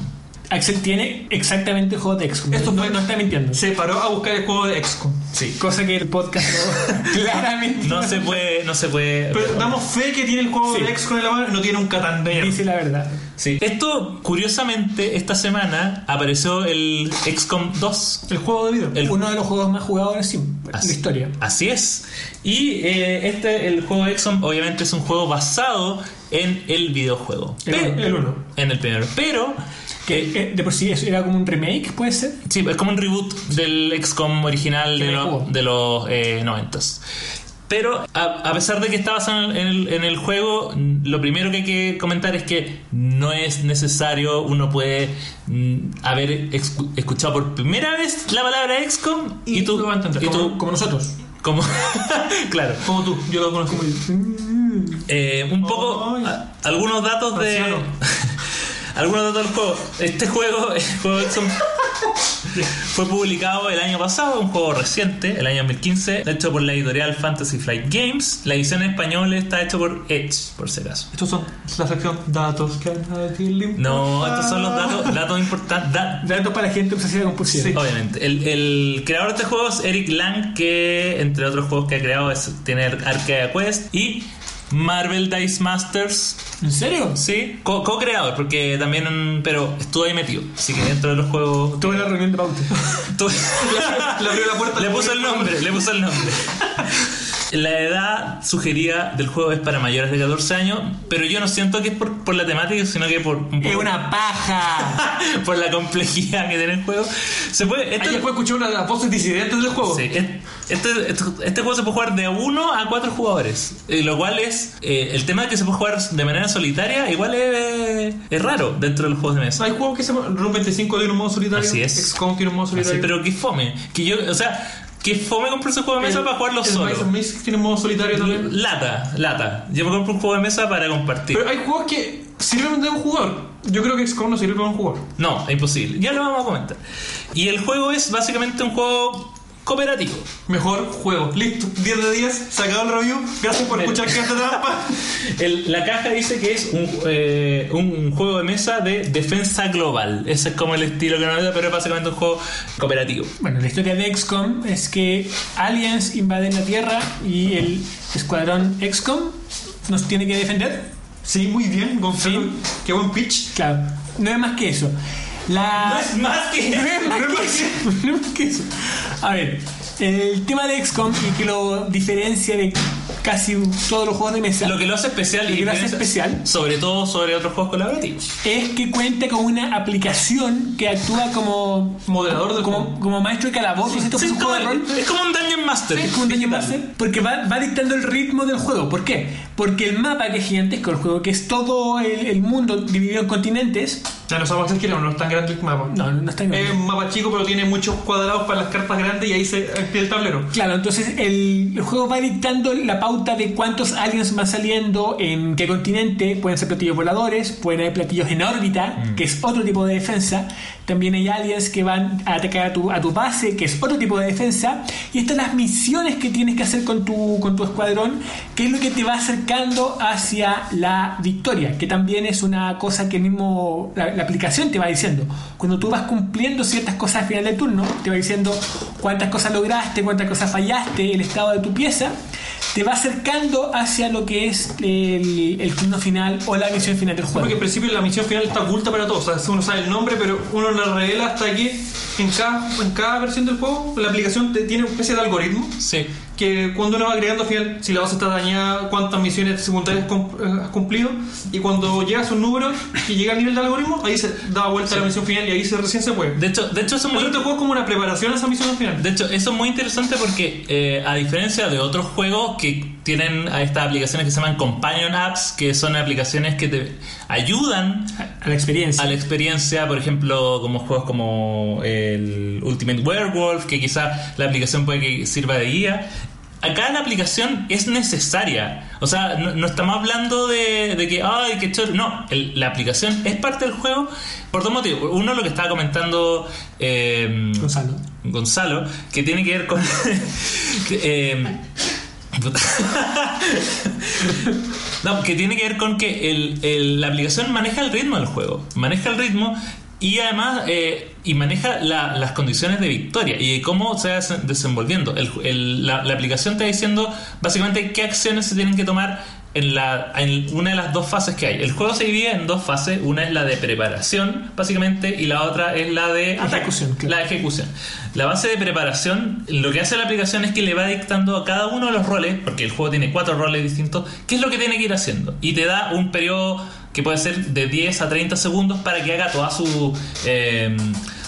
Axel tiene exactamente el juego de XCOM.
Esto
no,
fue-
no está mintiendo.
Se paró a buscar el juego de Excom.
Sí.
Cosa que el podcast no- claramente
No se puede, no se puede.
Pero damos fe que tiene el juego
Sí.
de Excom en la mano y no tiene un Catán de
dice la verdad.
Sí. Esto, curiosamente, esta semana apareció el XCOM 2.
El juego de vida.
El-
Uno de los juegos más jugados en Sim, de la historia.
Así es. Y eh, este, el juego de XCOM, obviamente es un juego basado en el videojuego.
El
Pe-
uno, el uno.
En el primero. Pero, eh,
Eh, de por sí eso era como un remake, puede ser.
Sí, es como un reboot del XCOM original
Que
de,
me
lo-
jugó.
de los eh, 90s. Pero a, a pesar de que está basado en el, en el juego, lo primero que hay que comentar es que no es necesario, uno puede mm, haber excu- escuchado por primera vez la palabra XCOM y, tú,
lo vas a entender,
y
como-
tú-
Como nosotros.
como, claro,
Como tú, yo lo conozco muy bien.
Mm.
Eh, un poco
Ay.
a- algunos datos de
Marciano.
algunos datos del juego. Este juego, el juego de Exxon, fue publicado el año pasado, un juego reciente, el año 2015, hecho por la editorial Fantasy Flight Games. La edición en español está hecha por Edge, por si acaso.
Estos son la sección datos que a nadie le importa.
No, estos son los datos, datos importantes. da-
Ah. Datos para gente obsesiva compulsiva.
Ah. Sí.
Obviamente. El, el creador de este juego es Eric Lang, que entre otros juegos que ha creado es, tiene Arcadia Quest y Marvel Dice Masters,
¿En serio?
Sí, co- co-creador, porque también, pero estuve ahí metido. Así que dentro de los juegos.
Tuve una reunión de pauta.
tu-
Le abrió la puerta.
le puso el nombre, le puso el nombre. La edad sugerida del juego es para mayores de 14 años, pero yo no siento que es por, por la temática, sino que por, un
¡Es
poco-
una paja!
por la complejidad que tiene el juego. Se puede, esto-
Ahí después escuché una de las voces disidentes del juego.
Sí, es- este, este- este juego se puede jugar de 1 a 4 jugadores. eh, Lo cual es. eh, el tema de que se puede jugar de manera solitaria, igual es, es raro dentro de los juegos de mesa.
Hay juegos que se Room 25 tiene un modo solitario.
Así es.
XCOM tiene un modo
Así,
solitario.
pero que fome. Que yo, o sea, que fome compré ese juego de mesa para jugarlo
el Rise
solo.
of Mystics tiene un modo solitario también.
Lata, lata. Yo me compro un juego de mesa para compartir.
Pero hay juegos que sirven de un jugador. Yo creo que XCOM no sirve para un jugador.
No, es imposible. Ya lo vamos a comentar. Y el juego es básicamente un juego cooperativo.
Mejor juego. Listo. 10 de 10. Se acabó el review. Gracias por escuchar que esta trampa.
El- la caja dice que es un, eh, un juego de mesa de defensa global. Ese es como el estilo que nos da, pero es básicamente un juego cooperativo.
Bueno, la historia de XCOM es que aliens invaden la Tierra y el escuadrón XCOM nos tiene que defender.
Sí, muy bien, Gonzalo.
Sí.
Qué buen pitch.
Claro, no es más que eso. La...
No es más que.
No es más que eso, no es más que eso. A ver, el tema de XCOM y que lo diferencia de casi todos los juegos de mesa
Lo que lo hace especial
Lo que lo hace
diferencia-
especial.
sobre todo sobre otros juegos colaborativos.
es que cuenta con una aplicación que actúa como
Moderador del
como,
juego.
como maestro de calabozos. Esto
Sí,
Este es un
como-
juego de rol.
es como un Dungeon Master.
Es como un Dungeon
digital.
Master, porque va, va dictando el ritmo del juego. ¿Por qué? Porque el mapa que es gigantesco del juego, que es todo el, el mundo dividido en continentes,
Ya no sabemos que no, no es tan grande el mapa.
no, no está en
Es un mapa chico, pero tiene muchos cuadrados para las cartas grandes y ahí se activa el tablero.
Claro, entonces el, el juego va dictando la pauta de cuántos aliens van saliendo, en qué continente, pueden ser platillos voladores, pueden haber platillos en órbita, que es otro tipo de defensa, también hay aliens que van a atacar a tu, a tu base, que es otro tipo de defensa, y estas las misiones que tienes que hacer con tu, con tu escuadrón, que es lo que te va acercando hacia la victoria, que también es una cosa que el mismo la, la aplicación te va diciendo. Cuando tú vas cumpliendo ciertas cosas al final del turno, te va diciendo cuántas cosas lograste, cuántas cosas fallaste, el estado de tu pieza, te va acercando hacia lo que es el, el turno final o la misión final del
Porque
juego.
en principio la misión final está oculta para todos. O sea, uno sabe el nombre, pero uno la revela hasta que en cada, en cada versión del juego la aplicación te- tiene una especie de algoritmo
Sí.
que cuando uno va agregando al final si la base está dañada, cuántas misiones secundarias cum- eh, has cumplido y cuando llegas a un número y llega al nivel del algoritmo, ahí se da vuelta la misión final y ahí se, recién se puede.
De hecho, de hecho eso es
El
muy
resto del juego es como una preparación a esa misión al final.
De hecho, eso es muy interesante porque eh, a diferencia de otros juegos que tienen a estas aplicaciones que se llaman Companion Apps, que son aplicaciones que te ayudan
A la experiencia.
a la experiencia, por ejemplo, como juegos como el Ultimate Werewolf, que quizá la aplicación puede que sirva de guía. Acá la aplicación es necesaria. O sea, no, no estamos hablando de, de que, ay, qué choro. No, el- la aplicación es parte del juego por dos motivos. Uno, lo que estaba comentando eh,
Gonzalo.
Gonzalo, que tiene que ver con. eh, puta. no, que tiene que ver con que el- el- la aplicación maneja el ritmo del juego. Maneja el ritmo y además. eh, y maneja la- las condiciones de victoria y de cómo se va desen- desenvolviendo. El- el- la, la aplicación está diciendo básicamente qué acciones se tienen que tomar en, la, en una de las dos fases que hay. El juego se divide en dos fases. Una es la de preparación, básicamente, y la otra es la de ataque.
Ejecución, claro.
La la ejecución. La base de preparación, lo que hace la aplicación es que le va dictando a cada uno de los roles, porque el juego tiene cuatro roles distintos, qué es lo que tiene que ir haciendo. Y te da un periodo que puede ser de 10 a 30 segundos para que haga toda su, eh,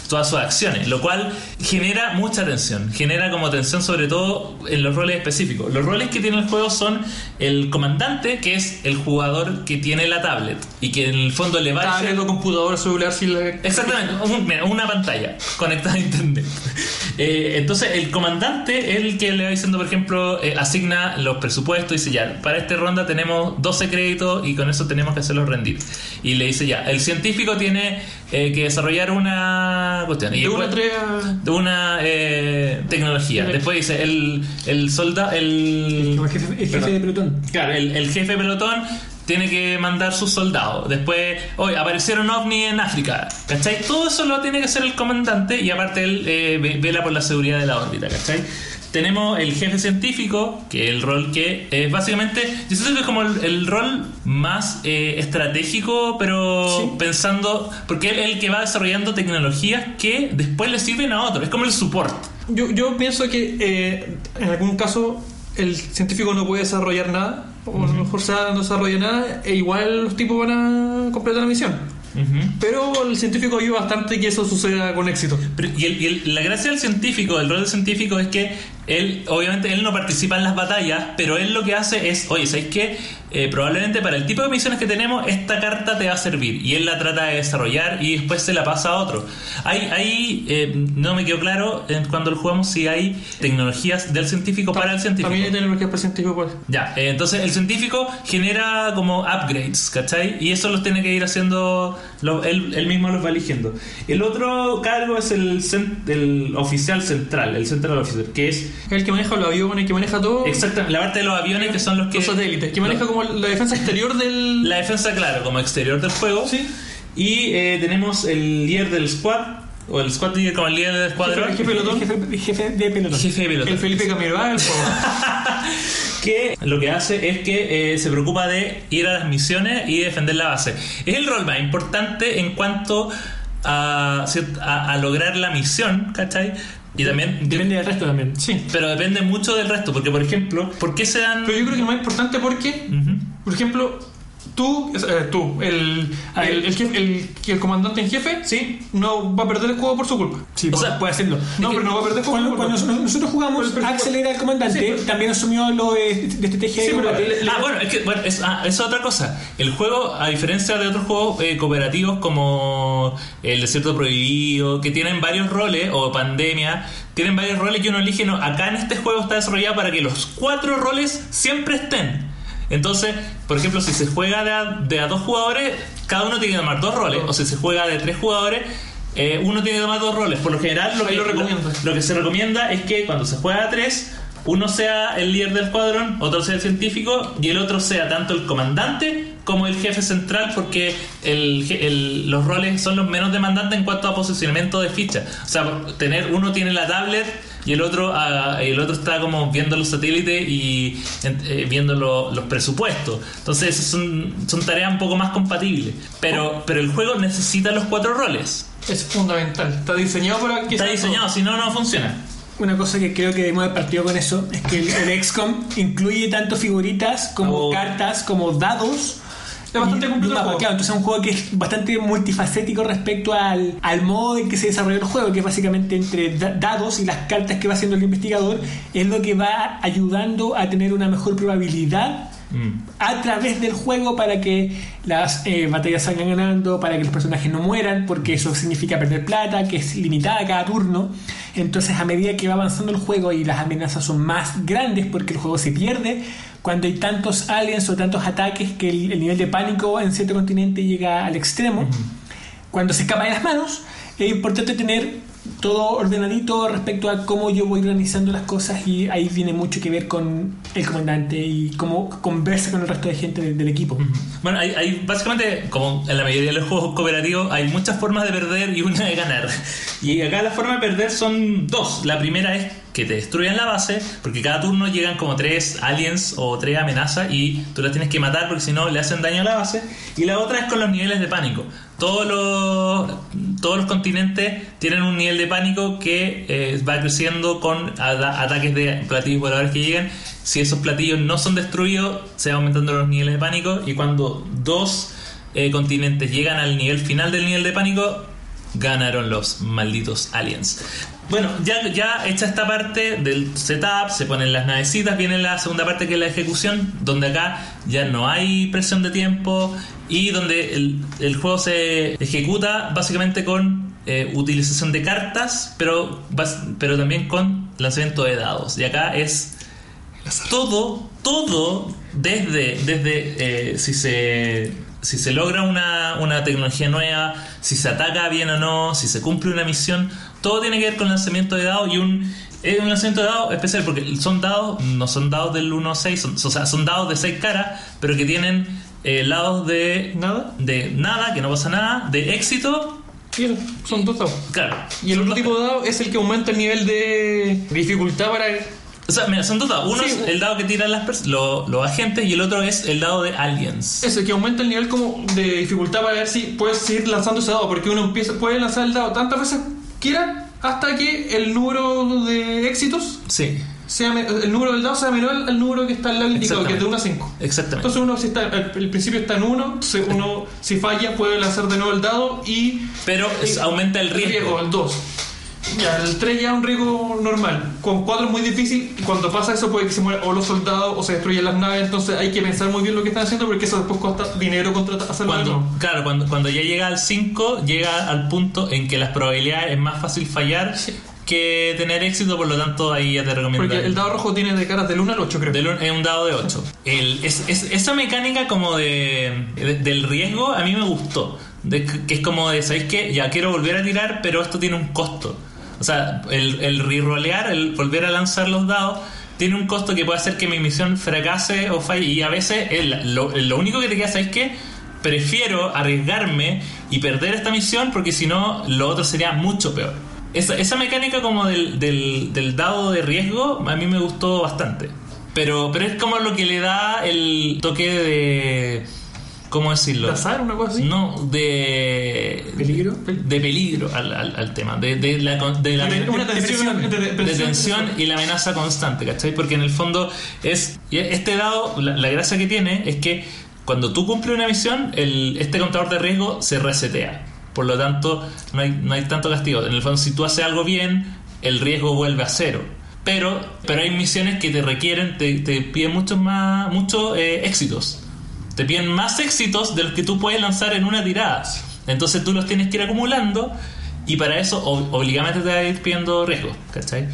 todas sus acciones, lo cual genera mucha tensión, genera como tensión sobre todo en los roles específicos. Los roles que tiene el juego son el comandante, que es el jugador que tiene la tablet y que en el fondo le va a
Tablet o computador celular si la...
Exactamente, un- mira, una pantalla conectada a internet. Eh, entonces, el comandante es el que le va diciendo, por ejemplo, eh, asigna los presupuestos y dice ya, para esta ronda tenemos 12 créditos y con eso tenemos que hacerlos rendir. Y le dice ya, el científico tiene eh, que desarrollar una cuestión. Y
De una
después-
entrega...
de una eh, tecnología. Después dice, el, el soldado, el...
Como el jefe, el jefe
Perdón.
de pelotón.
Claro, el, el jefe de pelotón tiene que mandar sus soldados. Después, hoy aparecieron ovnis en África. ¿Cachai? Todo eso lo tiene que hacer el comandante y aparte él eh, ve- vela por la seguridad de la órbita. ¿Cachai? Tenemos el jefe científico, que es el rol que es básicamente, yo siento que es como el, el rol más eh, estratégico, pero
Sí.
pensando, porque él es el que va desarrollando tecnologías que después le sirven a otros, es como el support.
Yo, yo pienso que eh, en algún caso el científico no puede desarrollar nada, o a lo mejor sea, no desarrolla nada, e igual los tipos van a completar la misión.
Ujú.
Pero el científico ayuda bastante que eso suceda con éxito.
Pero- y el- y el- la gracia del científico, del rol del científico es que él, obviamente, él no participa en las batallas, pero él lo que hace es, oye, ¿sabéis qué? Eh, probablemente para el tipo de misiones que tenemos, esta carta te va a servir. Y él la trata de desarrollar y después se la pasa a otro. Hay, hay eh, no me quedó claro eh, cuando lo jugamos si hay tecnologías del científico para el científico.
También hay tecnología para el científico igual.
Ya, eh, entonces el científico genera como upgrades, ¿cachai? Y eso los tiene que ir haciendo, lo- él, él mismo los va eligiendo. El otro cargo es el, cen- el oficial central, el central officer, que es
Es el que maneja los aviones, el que maneja todo,
exactamente la parte de los aviones que son los que...
los satélites, que maneja
No.
como la defensa exterior del...
La defensa, claro, como exterior del juego.
Sí.
Y eh, tenemos el líder del squad, o el squad leader como el líder del escuadrón.
jefe de pelotón.
El jefe, el jefe de pelotón.
Jefe de pelotón.
El Felipe Camiroaga, el juego.
que lo que hace es que eh, se preocupa de ir a las misiones y defender la base. Es el rol más importante en cuanto a, cier- a- a lograr la misión, ¿cachai? Y también...
Depende del resto también.
Sí.
Pero depende mucho del resto, porque por ejemplo, ¿por qué se dan...
Pero yo creo que es más importante porque
Ujú.
Por ejemplo, tú, eh, tú, el,
Ah,
el, el, jefe- el- que el comandante en jefe, sí, no va a perder el juego por su culpa.
Sí,
O
puede-
sea,
puede hacerlo.
no,
Es que
pero no va a perder
cuando,
por-
cuando nosotros, nosotros jugamos,
Pero- pero-
Axel era el comandante, también asumió lo de, de este estrategia
Sí,
de
pero
combate.
le- le-
Ah, bueno, es que bueno, es, ah, es otra cosa. El juego, a diferencia de otros juegos eh, cooperativos como El Desierto Prohibido, que tienen varios roles, o Pandemia, tienen varios roles que uno elige. No, acá en este juego está desarrollado para que los cuatro roles siempre estén. Entonces, por ejemplo, si se juega de a, de a dos jugadores, cada uno tiene que tomar dos roles. O si se juega de tres jugadores, eh, uno tiene que tomar dos roles. Por lo general, lo que,
Ahí lo recomiendo.
lo que se recomienda es que cuando se juega a tres, uno sea el líder del escuadrón, otro sea el científico y el otro sea tanto el comandante como el jefe central, porque el je- el- los roles son los menos demandantes en cuanto a posicionamiento de fichas. O sea, tener uno tiene la tablet y el otro ah, el otro está como viendo los satélites y en- eh, viendo lo- los presupuestos. Entonces, esas son, son tareas un poco más compatibles. Pero, pero el juego necesita los cuatro roles.
Es fundamental. Está diseñado para que
Está
sea
diseñado, si no, no funciona.
Una cosa que creo que debemos haber partido con eso es que el, el XCOM incluye tanto figuritas como
Oh.
cartas, como dados.
Es bastante
y
completo el
mapa.
juego.
Claro, entonces es un juego que es bastante multifacético respecto al, al modo en que se desarrolla el juego, que es básicamente entre da- dados y las cartas que va haciendo el investigador, es lo que va ayudando a tener una mejor probabilidad
Mm.
a través del juego para que las eh, batallas salgan ganando, para que los personajes no mueran, porque eso significa perder plata, que es limitada cada turno. Entonces, a medida que va avanzando el juego y las amenazas son más grandes, porque el juego se pierde, cuando hay tantos aliens o tantos ataques que el, el nivel de pánico en cierto continente llega al extremo, cuando se escapa de las manos, es importante tener todo ordenadito respecto a cómo yo voy organizando las cosas y ahí tiene mucho que ver con el comandante y cómo conversa con el resto de gente del, del equipo.
Bueno, hay, hay básicamente, como en la mayoría de los juegos cooperativos, hay muchas formas de perder y una de ganar. Y acá la forma de perder son dos. La primera es que te destruyan la base, porque cada turno llegan como tres aliens o tres amenazas y tú las tienes que matar porque si no le hacen daño a la base. Y la otra es con los niveles de pánico. Todos los, todos los continentes tienen un nivel de pánico que eh, va creciendo con ata- ataques de platillos voladores que llegan. Si esos platillos no son destruidos, se van aumentando los niveles de pánico. Y cuando dos eh, continentes llegan al nivel final del nivel de pánico, ganaron los malditos aliens. Bueno, ya, ya hecha esta parte del setup, se ponen las navecitas, viene la segunda parte que es la ejecución, donde acá ya no hay presión de tiempo y donde el, el juego se ejecuta básicamente con eh, utilización de cartas, pero, bas- pero también con lanzamiento de dados. Y acá es todo, todo, desde, desde eh, si se si se logra una, una tecnología nueva, si se ataca bien o no, si se cumple una misión, todo tiene que ver con lanzamiento de dados y un, es un lanzamiento de dados especial porque son dados, no son dados del 1 a 6, son- o sea, son dados de 6 caras, pero que tienen eh, lados de
Nada.
de nada, que no pasa nada, de éxito,
Bien, son dos dados.
claro.
Y el
Son
otro
dos-
tipo de dado es el que aumenta el nivel de dificultad para
O sea, mira, son dos dados. Uno
Sí,
es
un-
el dado que tiran las pers- lo- los agentes y el otro es el dado de aliens.
Eso, que aumenta el nivel como de dificultad para ver si puedes seguir lanzando ese dado, porque uno empieza, puede lanzar el dado tantas veces quiera hasta que el número de éxitos
Sí,
sea me- el número del dado sea menor al, al número que está al lado indicado, que es de 1 a 5.
exactamente.
Entonces uno si está al al principio está en 1, uno si falla puede lanzar de nuevo el dado y
Pero es- aumenta el riesgo.
el 2. Ya, el 3 ya es un riesgo normal. Con 4 es muy difícil. y Cuando pasa eso, puede que se mueran o los soldados o se destruyan las naves. Entonces hay que pensar muy bien lo que están haciendo porque eso después cuesta dinero contratar hacerlo de
Cuando,
nuevo.
claro, cuando, cuando ya llega al 5, llega al punto en que las probabilidades es más fácil fallar que tener éxito, por lo tanto ahí ya te recomiendo.
Porque el dado rojo tiene de caras del 1 al 8, creo.
Del un- es un dado de 8. esa mecánica como de, de- del riesgo a mí me gustó. De que- que es como de, ¿sabéis qué? Ya quiero volver a tirar, pero esto tiene un costo. O sea, el, el rerolear, el volver a lanzar los dados, tiene un costo que puede hacer que mi misión fracase o falle. Y a veces es la- lo, lo único que te queda, ¿sabéis qué? Prefiero arriesgarme y perder esta misión porque si no, lo otro sería mucho peor. Esa, esa mecánica como del, del, del dado de riesgo a mí me gustó bastante. Pero, pero es como lo que le da el toque de. ¿Cómo decirlo?
¿Tazar? ¿Una cosa así?
No, de.
¿Peligro?
De peligro al, al- al tema. De, de la, con- de la-
De- una tensión,
de- de- de tensión
tensión.
y la amenaza constante, ¿cachai? Porque en el fondo es. y Este dado, la, la gracia que tiene es que cuando tú cumples una misión, el, este contador de riesgo se resetea. Por lo tanto, no hay, no hay tanto castigo. En el fondo, si tú haces algo bien, el riesgo vuelve a cero. Pero, pero hay misiones que te requieren, te, te piden muchos más, muchos eh, éxitos. Te piden más éxitos de los que tú puedes lanzar en una tirada. Entonces tú los tienes que ir acumulando y para eso ob- obligadamente te vas a ir pidiendo riesgos, ¿cachai?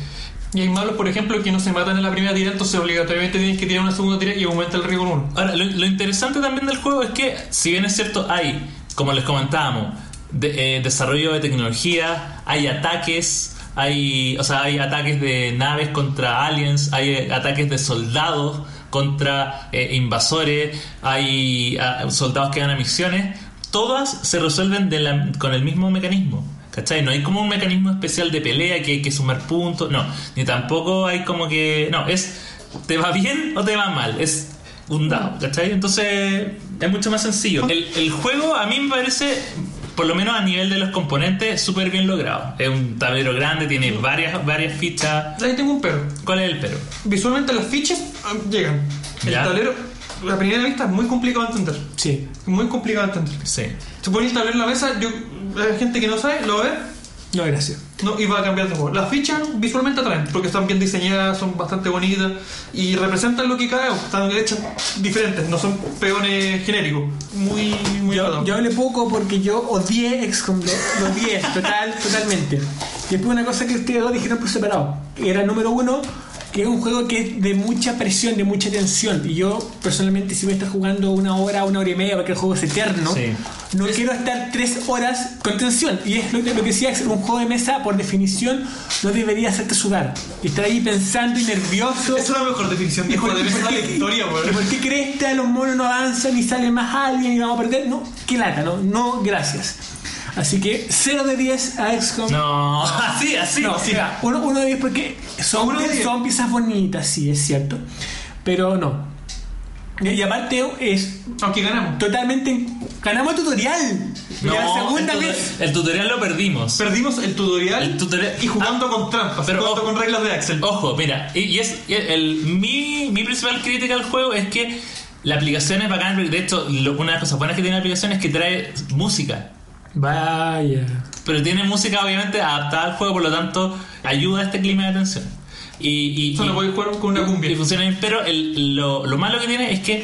Y hay malos, por ejemplo, que no se matan en la primera tira, entonces obligatoriamente tienes que tirar una segunda tira y aumenta el riesgo en 1.
Ahora, lo, lo interesante también del juego es que, si bien es cierto, hay, como les comentábamos, de- eh, desarrollo de tecnología, hay ataques, hay, o sea, hay ataques de naves contra aliens, hay eh, ataques de soldados contra eh, invasores, hay ah, soldados que van a misiones, todas se resuelven de la- con el mismo mecanismo. ¿Cachai? No hay como un mecanismo especial de pelea que hay que sumar puntos, no, ni tampoco hay como que, no, es, ¿te va bien o te va mal? Es un dado, ¿cachai? Entonces es mucho más sencillo. El, el juego a mí me parece, por lo menos a nivel de los componentes, súper bien logrado. Es un tablero grande, tiene varias, varias fichas.
Ahí tengo un perro.
¿Cuál es el pero?
Visualmente las fichas ah, llegan. El
Ya.
tablero, a primera vista, es muy complicado de entender.
Sí.
Muy complicado de entender.
Sí.
Se pone el tablero en la mesa, yo, la gente que no sabe lo ve
No, gracias.
no, y va a cambiar de juego. Las fichas visualmente atraen, porque están bien diseñadas, son bastante bonitas y representan lo que cada uno. Están hechas diferentes, no son peones genéricos. Muy, muy
Yo,
tratados.
yo hablé poco porque yo odié XCOM, lo, lo odié total, totalmente. Y después una cosa que ustedes dos dijeron por separado, que era número uno, que es un juego que es de mucha presión, de mucha tensión. Y yo personalmente si voy a estar jugando una hora, una hora y media, porque el juego es eterno,
Sí.
no quiero estar tres horas con tensión. Y es lo, que- lo que decía, Axel, un juego de mesa por definición no debería hacerte sudar. Y estar ahí pensando y nervioso.
Esa es la mejor definición de juego de mesa de la historia,
¿Y
weón.
por qué cresta los monos no avanzan y salen más alguien y vamos a perder? No, qué lata, no, no, gracias. Así que 0 de 10 a XCOM.
No, así, así.
No,
así.
mira, uno, uno de 10 porque son,
Uno de diez.
son piezas bonitas, sí, es cierto. Pero no. Y, y aparte es
Aunque ganamos.
totalmente... Ganamos tutorial.
No,
la
el,
segunda
tuto-
vez.
el tutorial lo perdimos.
Perdimos el tutorial,
El tutorial-
y jugando con trampas,
pero
jugando
ojo.
con reglas de Axel.
Ojo, mira, y, y es y el, mi, mi principal crítica al juego es que la aplicación es bacán, porque de hecho lo- una de las cosas buenas que tiene la aplicación es que trae música.
Vaya.
pero tiene música obviamente adaptada al juego, por lo tanto ayuda a este clima de tensión. Y, y,
Solo
y-
podéis jugar con una cumbia.
y funciona bien, pero el- lo, lo malo que tiene es que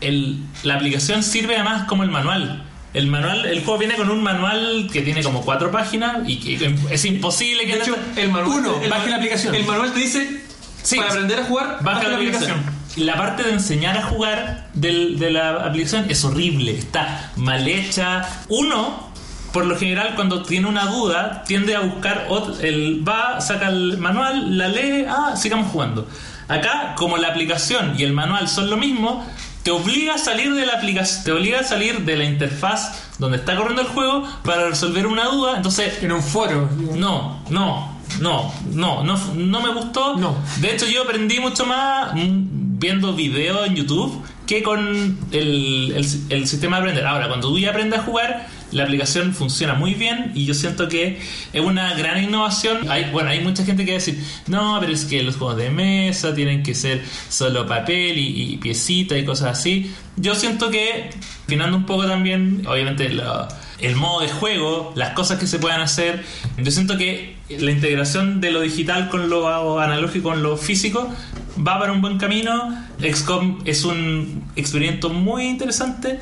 el- la aplicación sirve además como el manual. El manual, el juego viene con un manual que tiene como cuatro páginas y que es imposible que
De hecho,
andes-
el manual.
Uno,
el,
baje la aplicación.
El manual te dice.
Sí.
para aprender a jugar,
Baja la aplicación. La parte de enseñar a jugar del- de la aplicación es horrible, está mal hecha. Uno, por lo general, cuando tiene una duda, tiende a buscar, ot- el, va, saca el manual, la lee, ah, sigamos jugando. Acá, como la aplicación y el manual son lo mismo, te obliga a salir de la aplicación, te obliga a salir de la interfaz donde está corriendo el juego para resolver una duda. Entonces,
En un foro. digo.
no, no, no, no, no, no me gustó.
No.
De hecho, yo aprendí mucho más mm, viendo videos en YouTube que con el, el, el sistema de aprender. Ahora, cuando tú ya aprendes a jugar, la aplicación funciona muy bien y yo siento que es una gran innovación. Hay, bueno, hay mucha gente que va a decir, no, pero es que los juegos de mesa tienen que ser solo papel y, y piecita y cosas así. Yo siento que, afinando un poco también, obviamente, la el modo de juego, las cosas que se puedan hacer. Yo siento que la integración de lo digital con lo analógico, con lo físico, va para un buen camino. XCOM es un experimento muy interesante,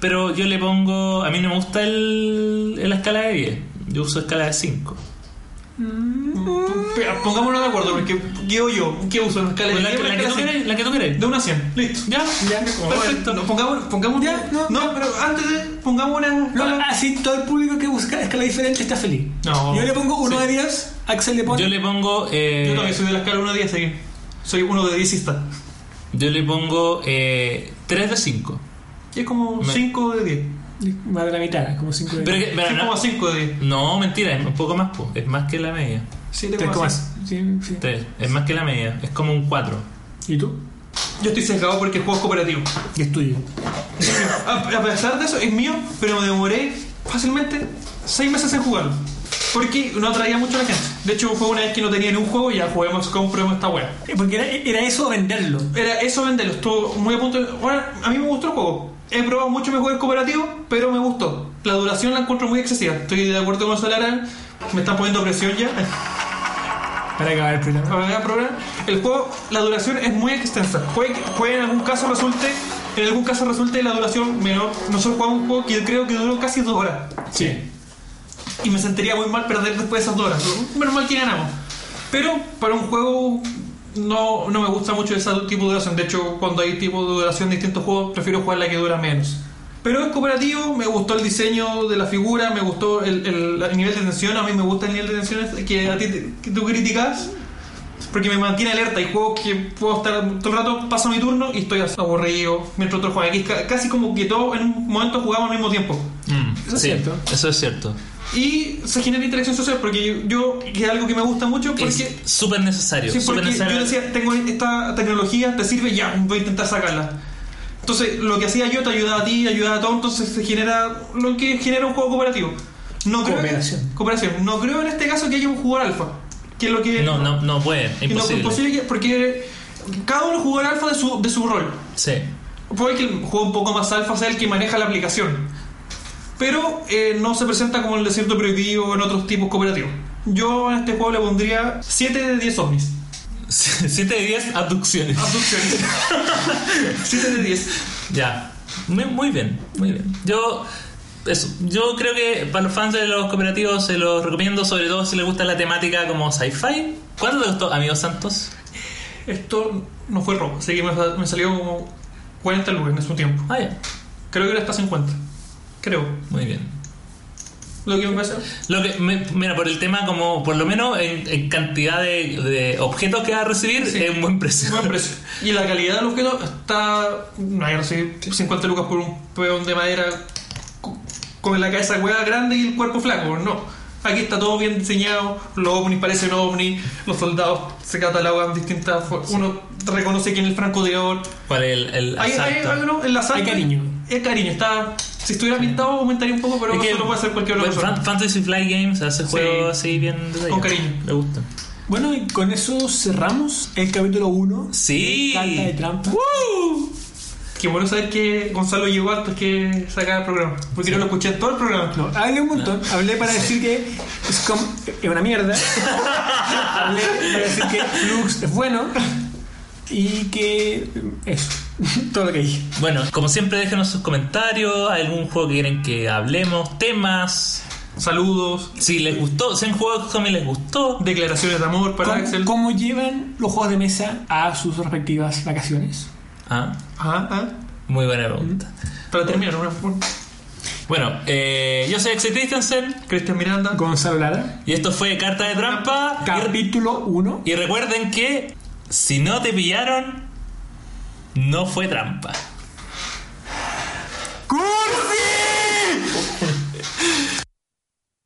pero yo le pongo. A mí no me gusta el, la escala de 10, yo uso escala de 5.
Pero Mm, Pongámonos de acuerdo, porque yo yo, ¿qué uso? Una escala de
Pues la,
diez,
que-
una
la que tú
escala de
quieres, la que tú quieres.
cien. De una a 100, listo.
Ya,
Ya,
Perfecto.
perfecto.
No, pongamos, pongamos
Ya, no.
pero antes de. Pongamos una.
No,
escala-
así todo el público que busca escala diferente está feliz.
No.
Yo le pongo uno
Sí.
de 10, Axel le pone.
Yo le pongo. eh,
Yo también soy de la escala 1 a 10, así que soy uno de 10
yo le pongo eh, 3 de 5.
Y es como
Me-
5 de 10.
Más de la mitad, como 5 de
Pero, que- pero no,
3,5 de 10.
no, mentira, es un poco más, po, es más que la media.
7,5.
Sí, sí.
Tres, es más que la media, es como un 4.
¿Y tú?
Yo estoy sesgado porque el juego es cooperativo.
Y es tuyo.
A, a pesar de eso, es mío, pero me demoré fácilmente 6 meses en jugarlo. Porque no atraía mucho a la gente. De hecho, fue una vez que no tenía ni un juego y ya juguemos, compremos esta wea.
Eh, Porque era, era eso venderlo.
Era eso venderlo, estuvo muy a punto. de- Bueno, a mí me gustó el juego. He probado mucho mejor el cooperativo, pero me gustó. La duración la encuentro muy excesiva. Estoy de acuerdo con Solaran. Me están poniendo presión ya.
Para acabar el programa.
Ahora voy a probar. El juego, la duración es muy extensa. Puede, que- puede en algún caso resulte, en algún caso resulte la duración menor. Nosotros jugamos un juego que creo que duró casi dos horas.
Sí.
Y me sentiría muy mal perder después de esas dos horas. Menos mal que ganamos. Pero para un juego no, no me gusta mucho ese tipo de duración. De hecho, cuando hay tipo de duración de distintos juegos, prefiero jugar la que dura menos. Pero es cooperativo, me gustó el diseño de la figura, me gustó el, el- el nivel de tensión. A mí me gusta el nivel de tensión que a ti te- que tú criticas. Porque me mantiene alerta. Hay juegos que puedo estar todo el rato, pasa mi turno y estoy aburrido mientras otro juega. Aquí es ca- casi como que todos en un momento jugamos al mismo tiempo.
Eso es cierto.
Eso es cierto.
Y se genera interacción social porque yo, que es algo que me gusta mucho, porque,
Es súper necesario.
sí,
súper
porque yo
necesario.
decía, tengo esta tecnología, te sirve, ya, voy a intentar sacarla. Entonces, lo que hacía yo te ayudaba a ti, ayudaba a todos, entonces se genera lo que genera un juego cooperativo. No creo
Cooperación.
Que, cooperación. No creo en este caso que haya un jugador alfa, que es lo que...
no, no, no puede,
que no-
imposible.
imposible que- porque cada uno jugará alfa de su, de su rol.
Sí.
Puede que el juego un poco más alfa sea el que maneja la aplicación. Pero eh, no se presenta como el desierto prohibido o en otros tipos cooperativos. Yo a este juego le pondría 7 de 10 ovnis.
7 de 10 abducciones.
Ah. Abducciones. 7 de 10.
Ya. Muy, muy bien, muy bien. Yo. Eso. Yo creo que para los fans de los cooperativos se los recomiendo, sobre todo si les gusta la temática como sci-fi. ¿Cuánto te gustó, amigo Santos?
Esto no fue robo, así que me, sa- me salió como 40 lucas en su tiempo.
Ah, ya.
Creo que ahora está 50. Creo.
Muy bien.
Lo que me pasa.
Lo que, me- mira, por el tema, como por lo menos en, en cantidad de, de objetos que va a recibir,
Sí.
es un buen precio.
Buen precio. Y la calidad del objeto está. No hay recibir 50 lucas por un peón de madera co- con la cabeza hueá grande y el cuerpo flaco. No. Aquí está todo bien diseñado. Los ovnis parecen ovnis. Los soldados se catalogan distintas. for- Uno reconoce quién es el francotirador.
¿Cuál es el, el
Hay, hay,
asalto?
hay uno en la sala.
Hay cariño.
Es cariño. Está. Si estuviera pintado, aumentaría un poco, pero
Es que-
eso lo puede hacer cualquier otra
Bueno,
persona.
Fan- Fantasy Flight Games hace
Sí.
juegos así bien detallado.
Con cariño.
Me gusta.
Bueno, y con eso cerramos el capítulo 1.
Sí.
Carta de trampa.
Qué bueno saber que Gonzalo llegó antes que sacar el programa. Porque no lo escuché en todo el programa.
No, hablé un montón. Hablé para decir que Scum es una mierda. hablé para decir que Flux es bueno. Y que. Eso. Todo lo que dije.
Bueno, como siempre, déjenos sus comentarios. ¿Algún juego que quieren que hablemos? ¿Temas?
Saludos,
Si les gustó, si han jugado Homie les gustó.
declaraciones de amor para
¿Cómo-
Axel.
¿Cómo llevan los juegos de mesa a sus respectivas vacaciones?
Ah,
Ajá, ajá.
muy buena pregunta.
Para terminar, una- un-
Bueno, eh, yo soy Axel Christensen
Cristian Miranda.
Gonzalo Lara,
y esto fue Carta de Trampa. Y-
capítulo 1.
Y recuerden que si no te pillaron, no fue trampa.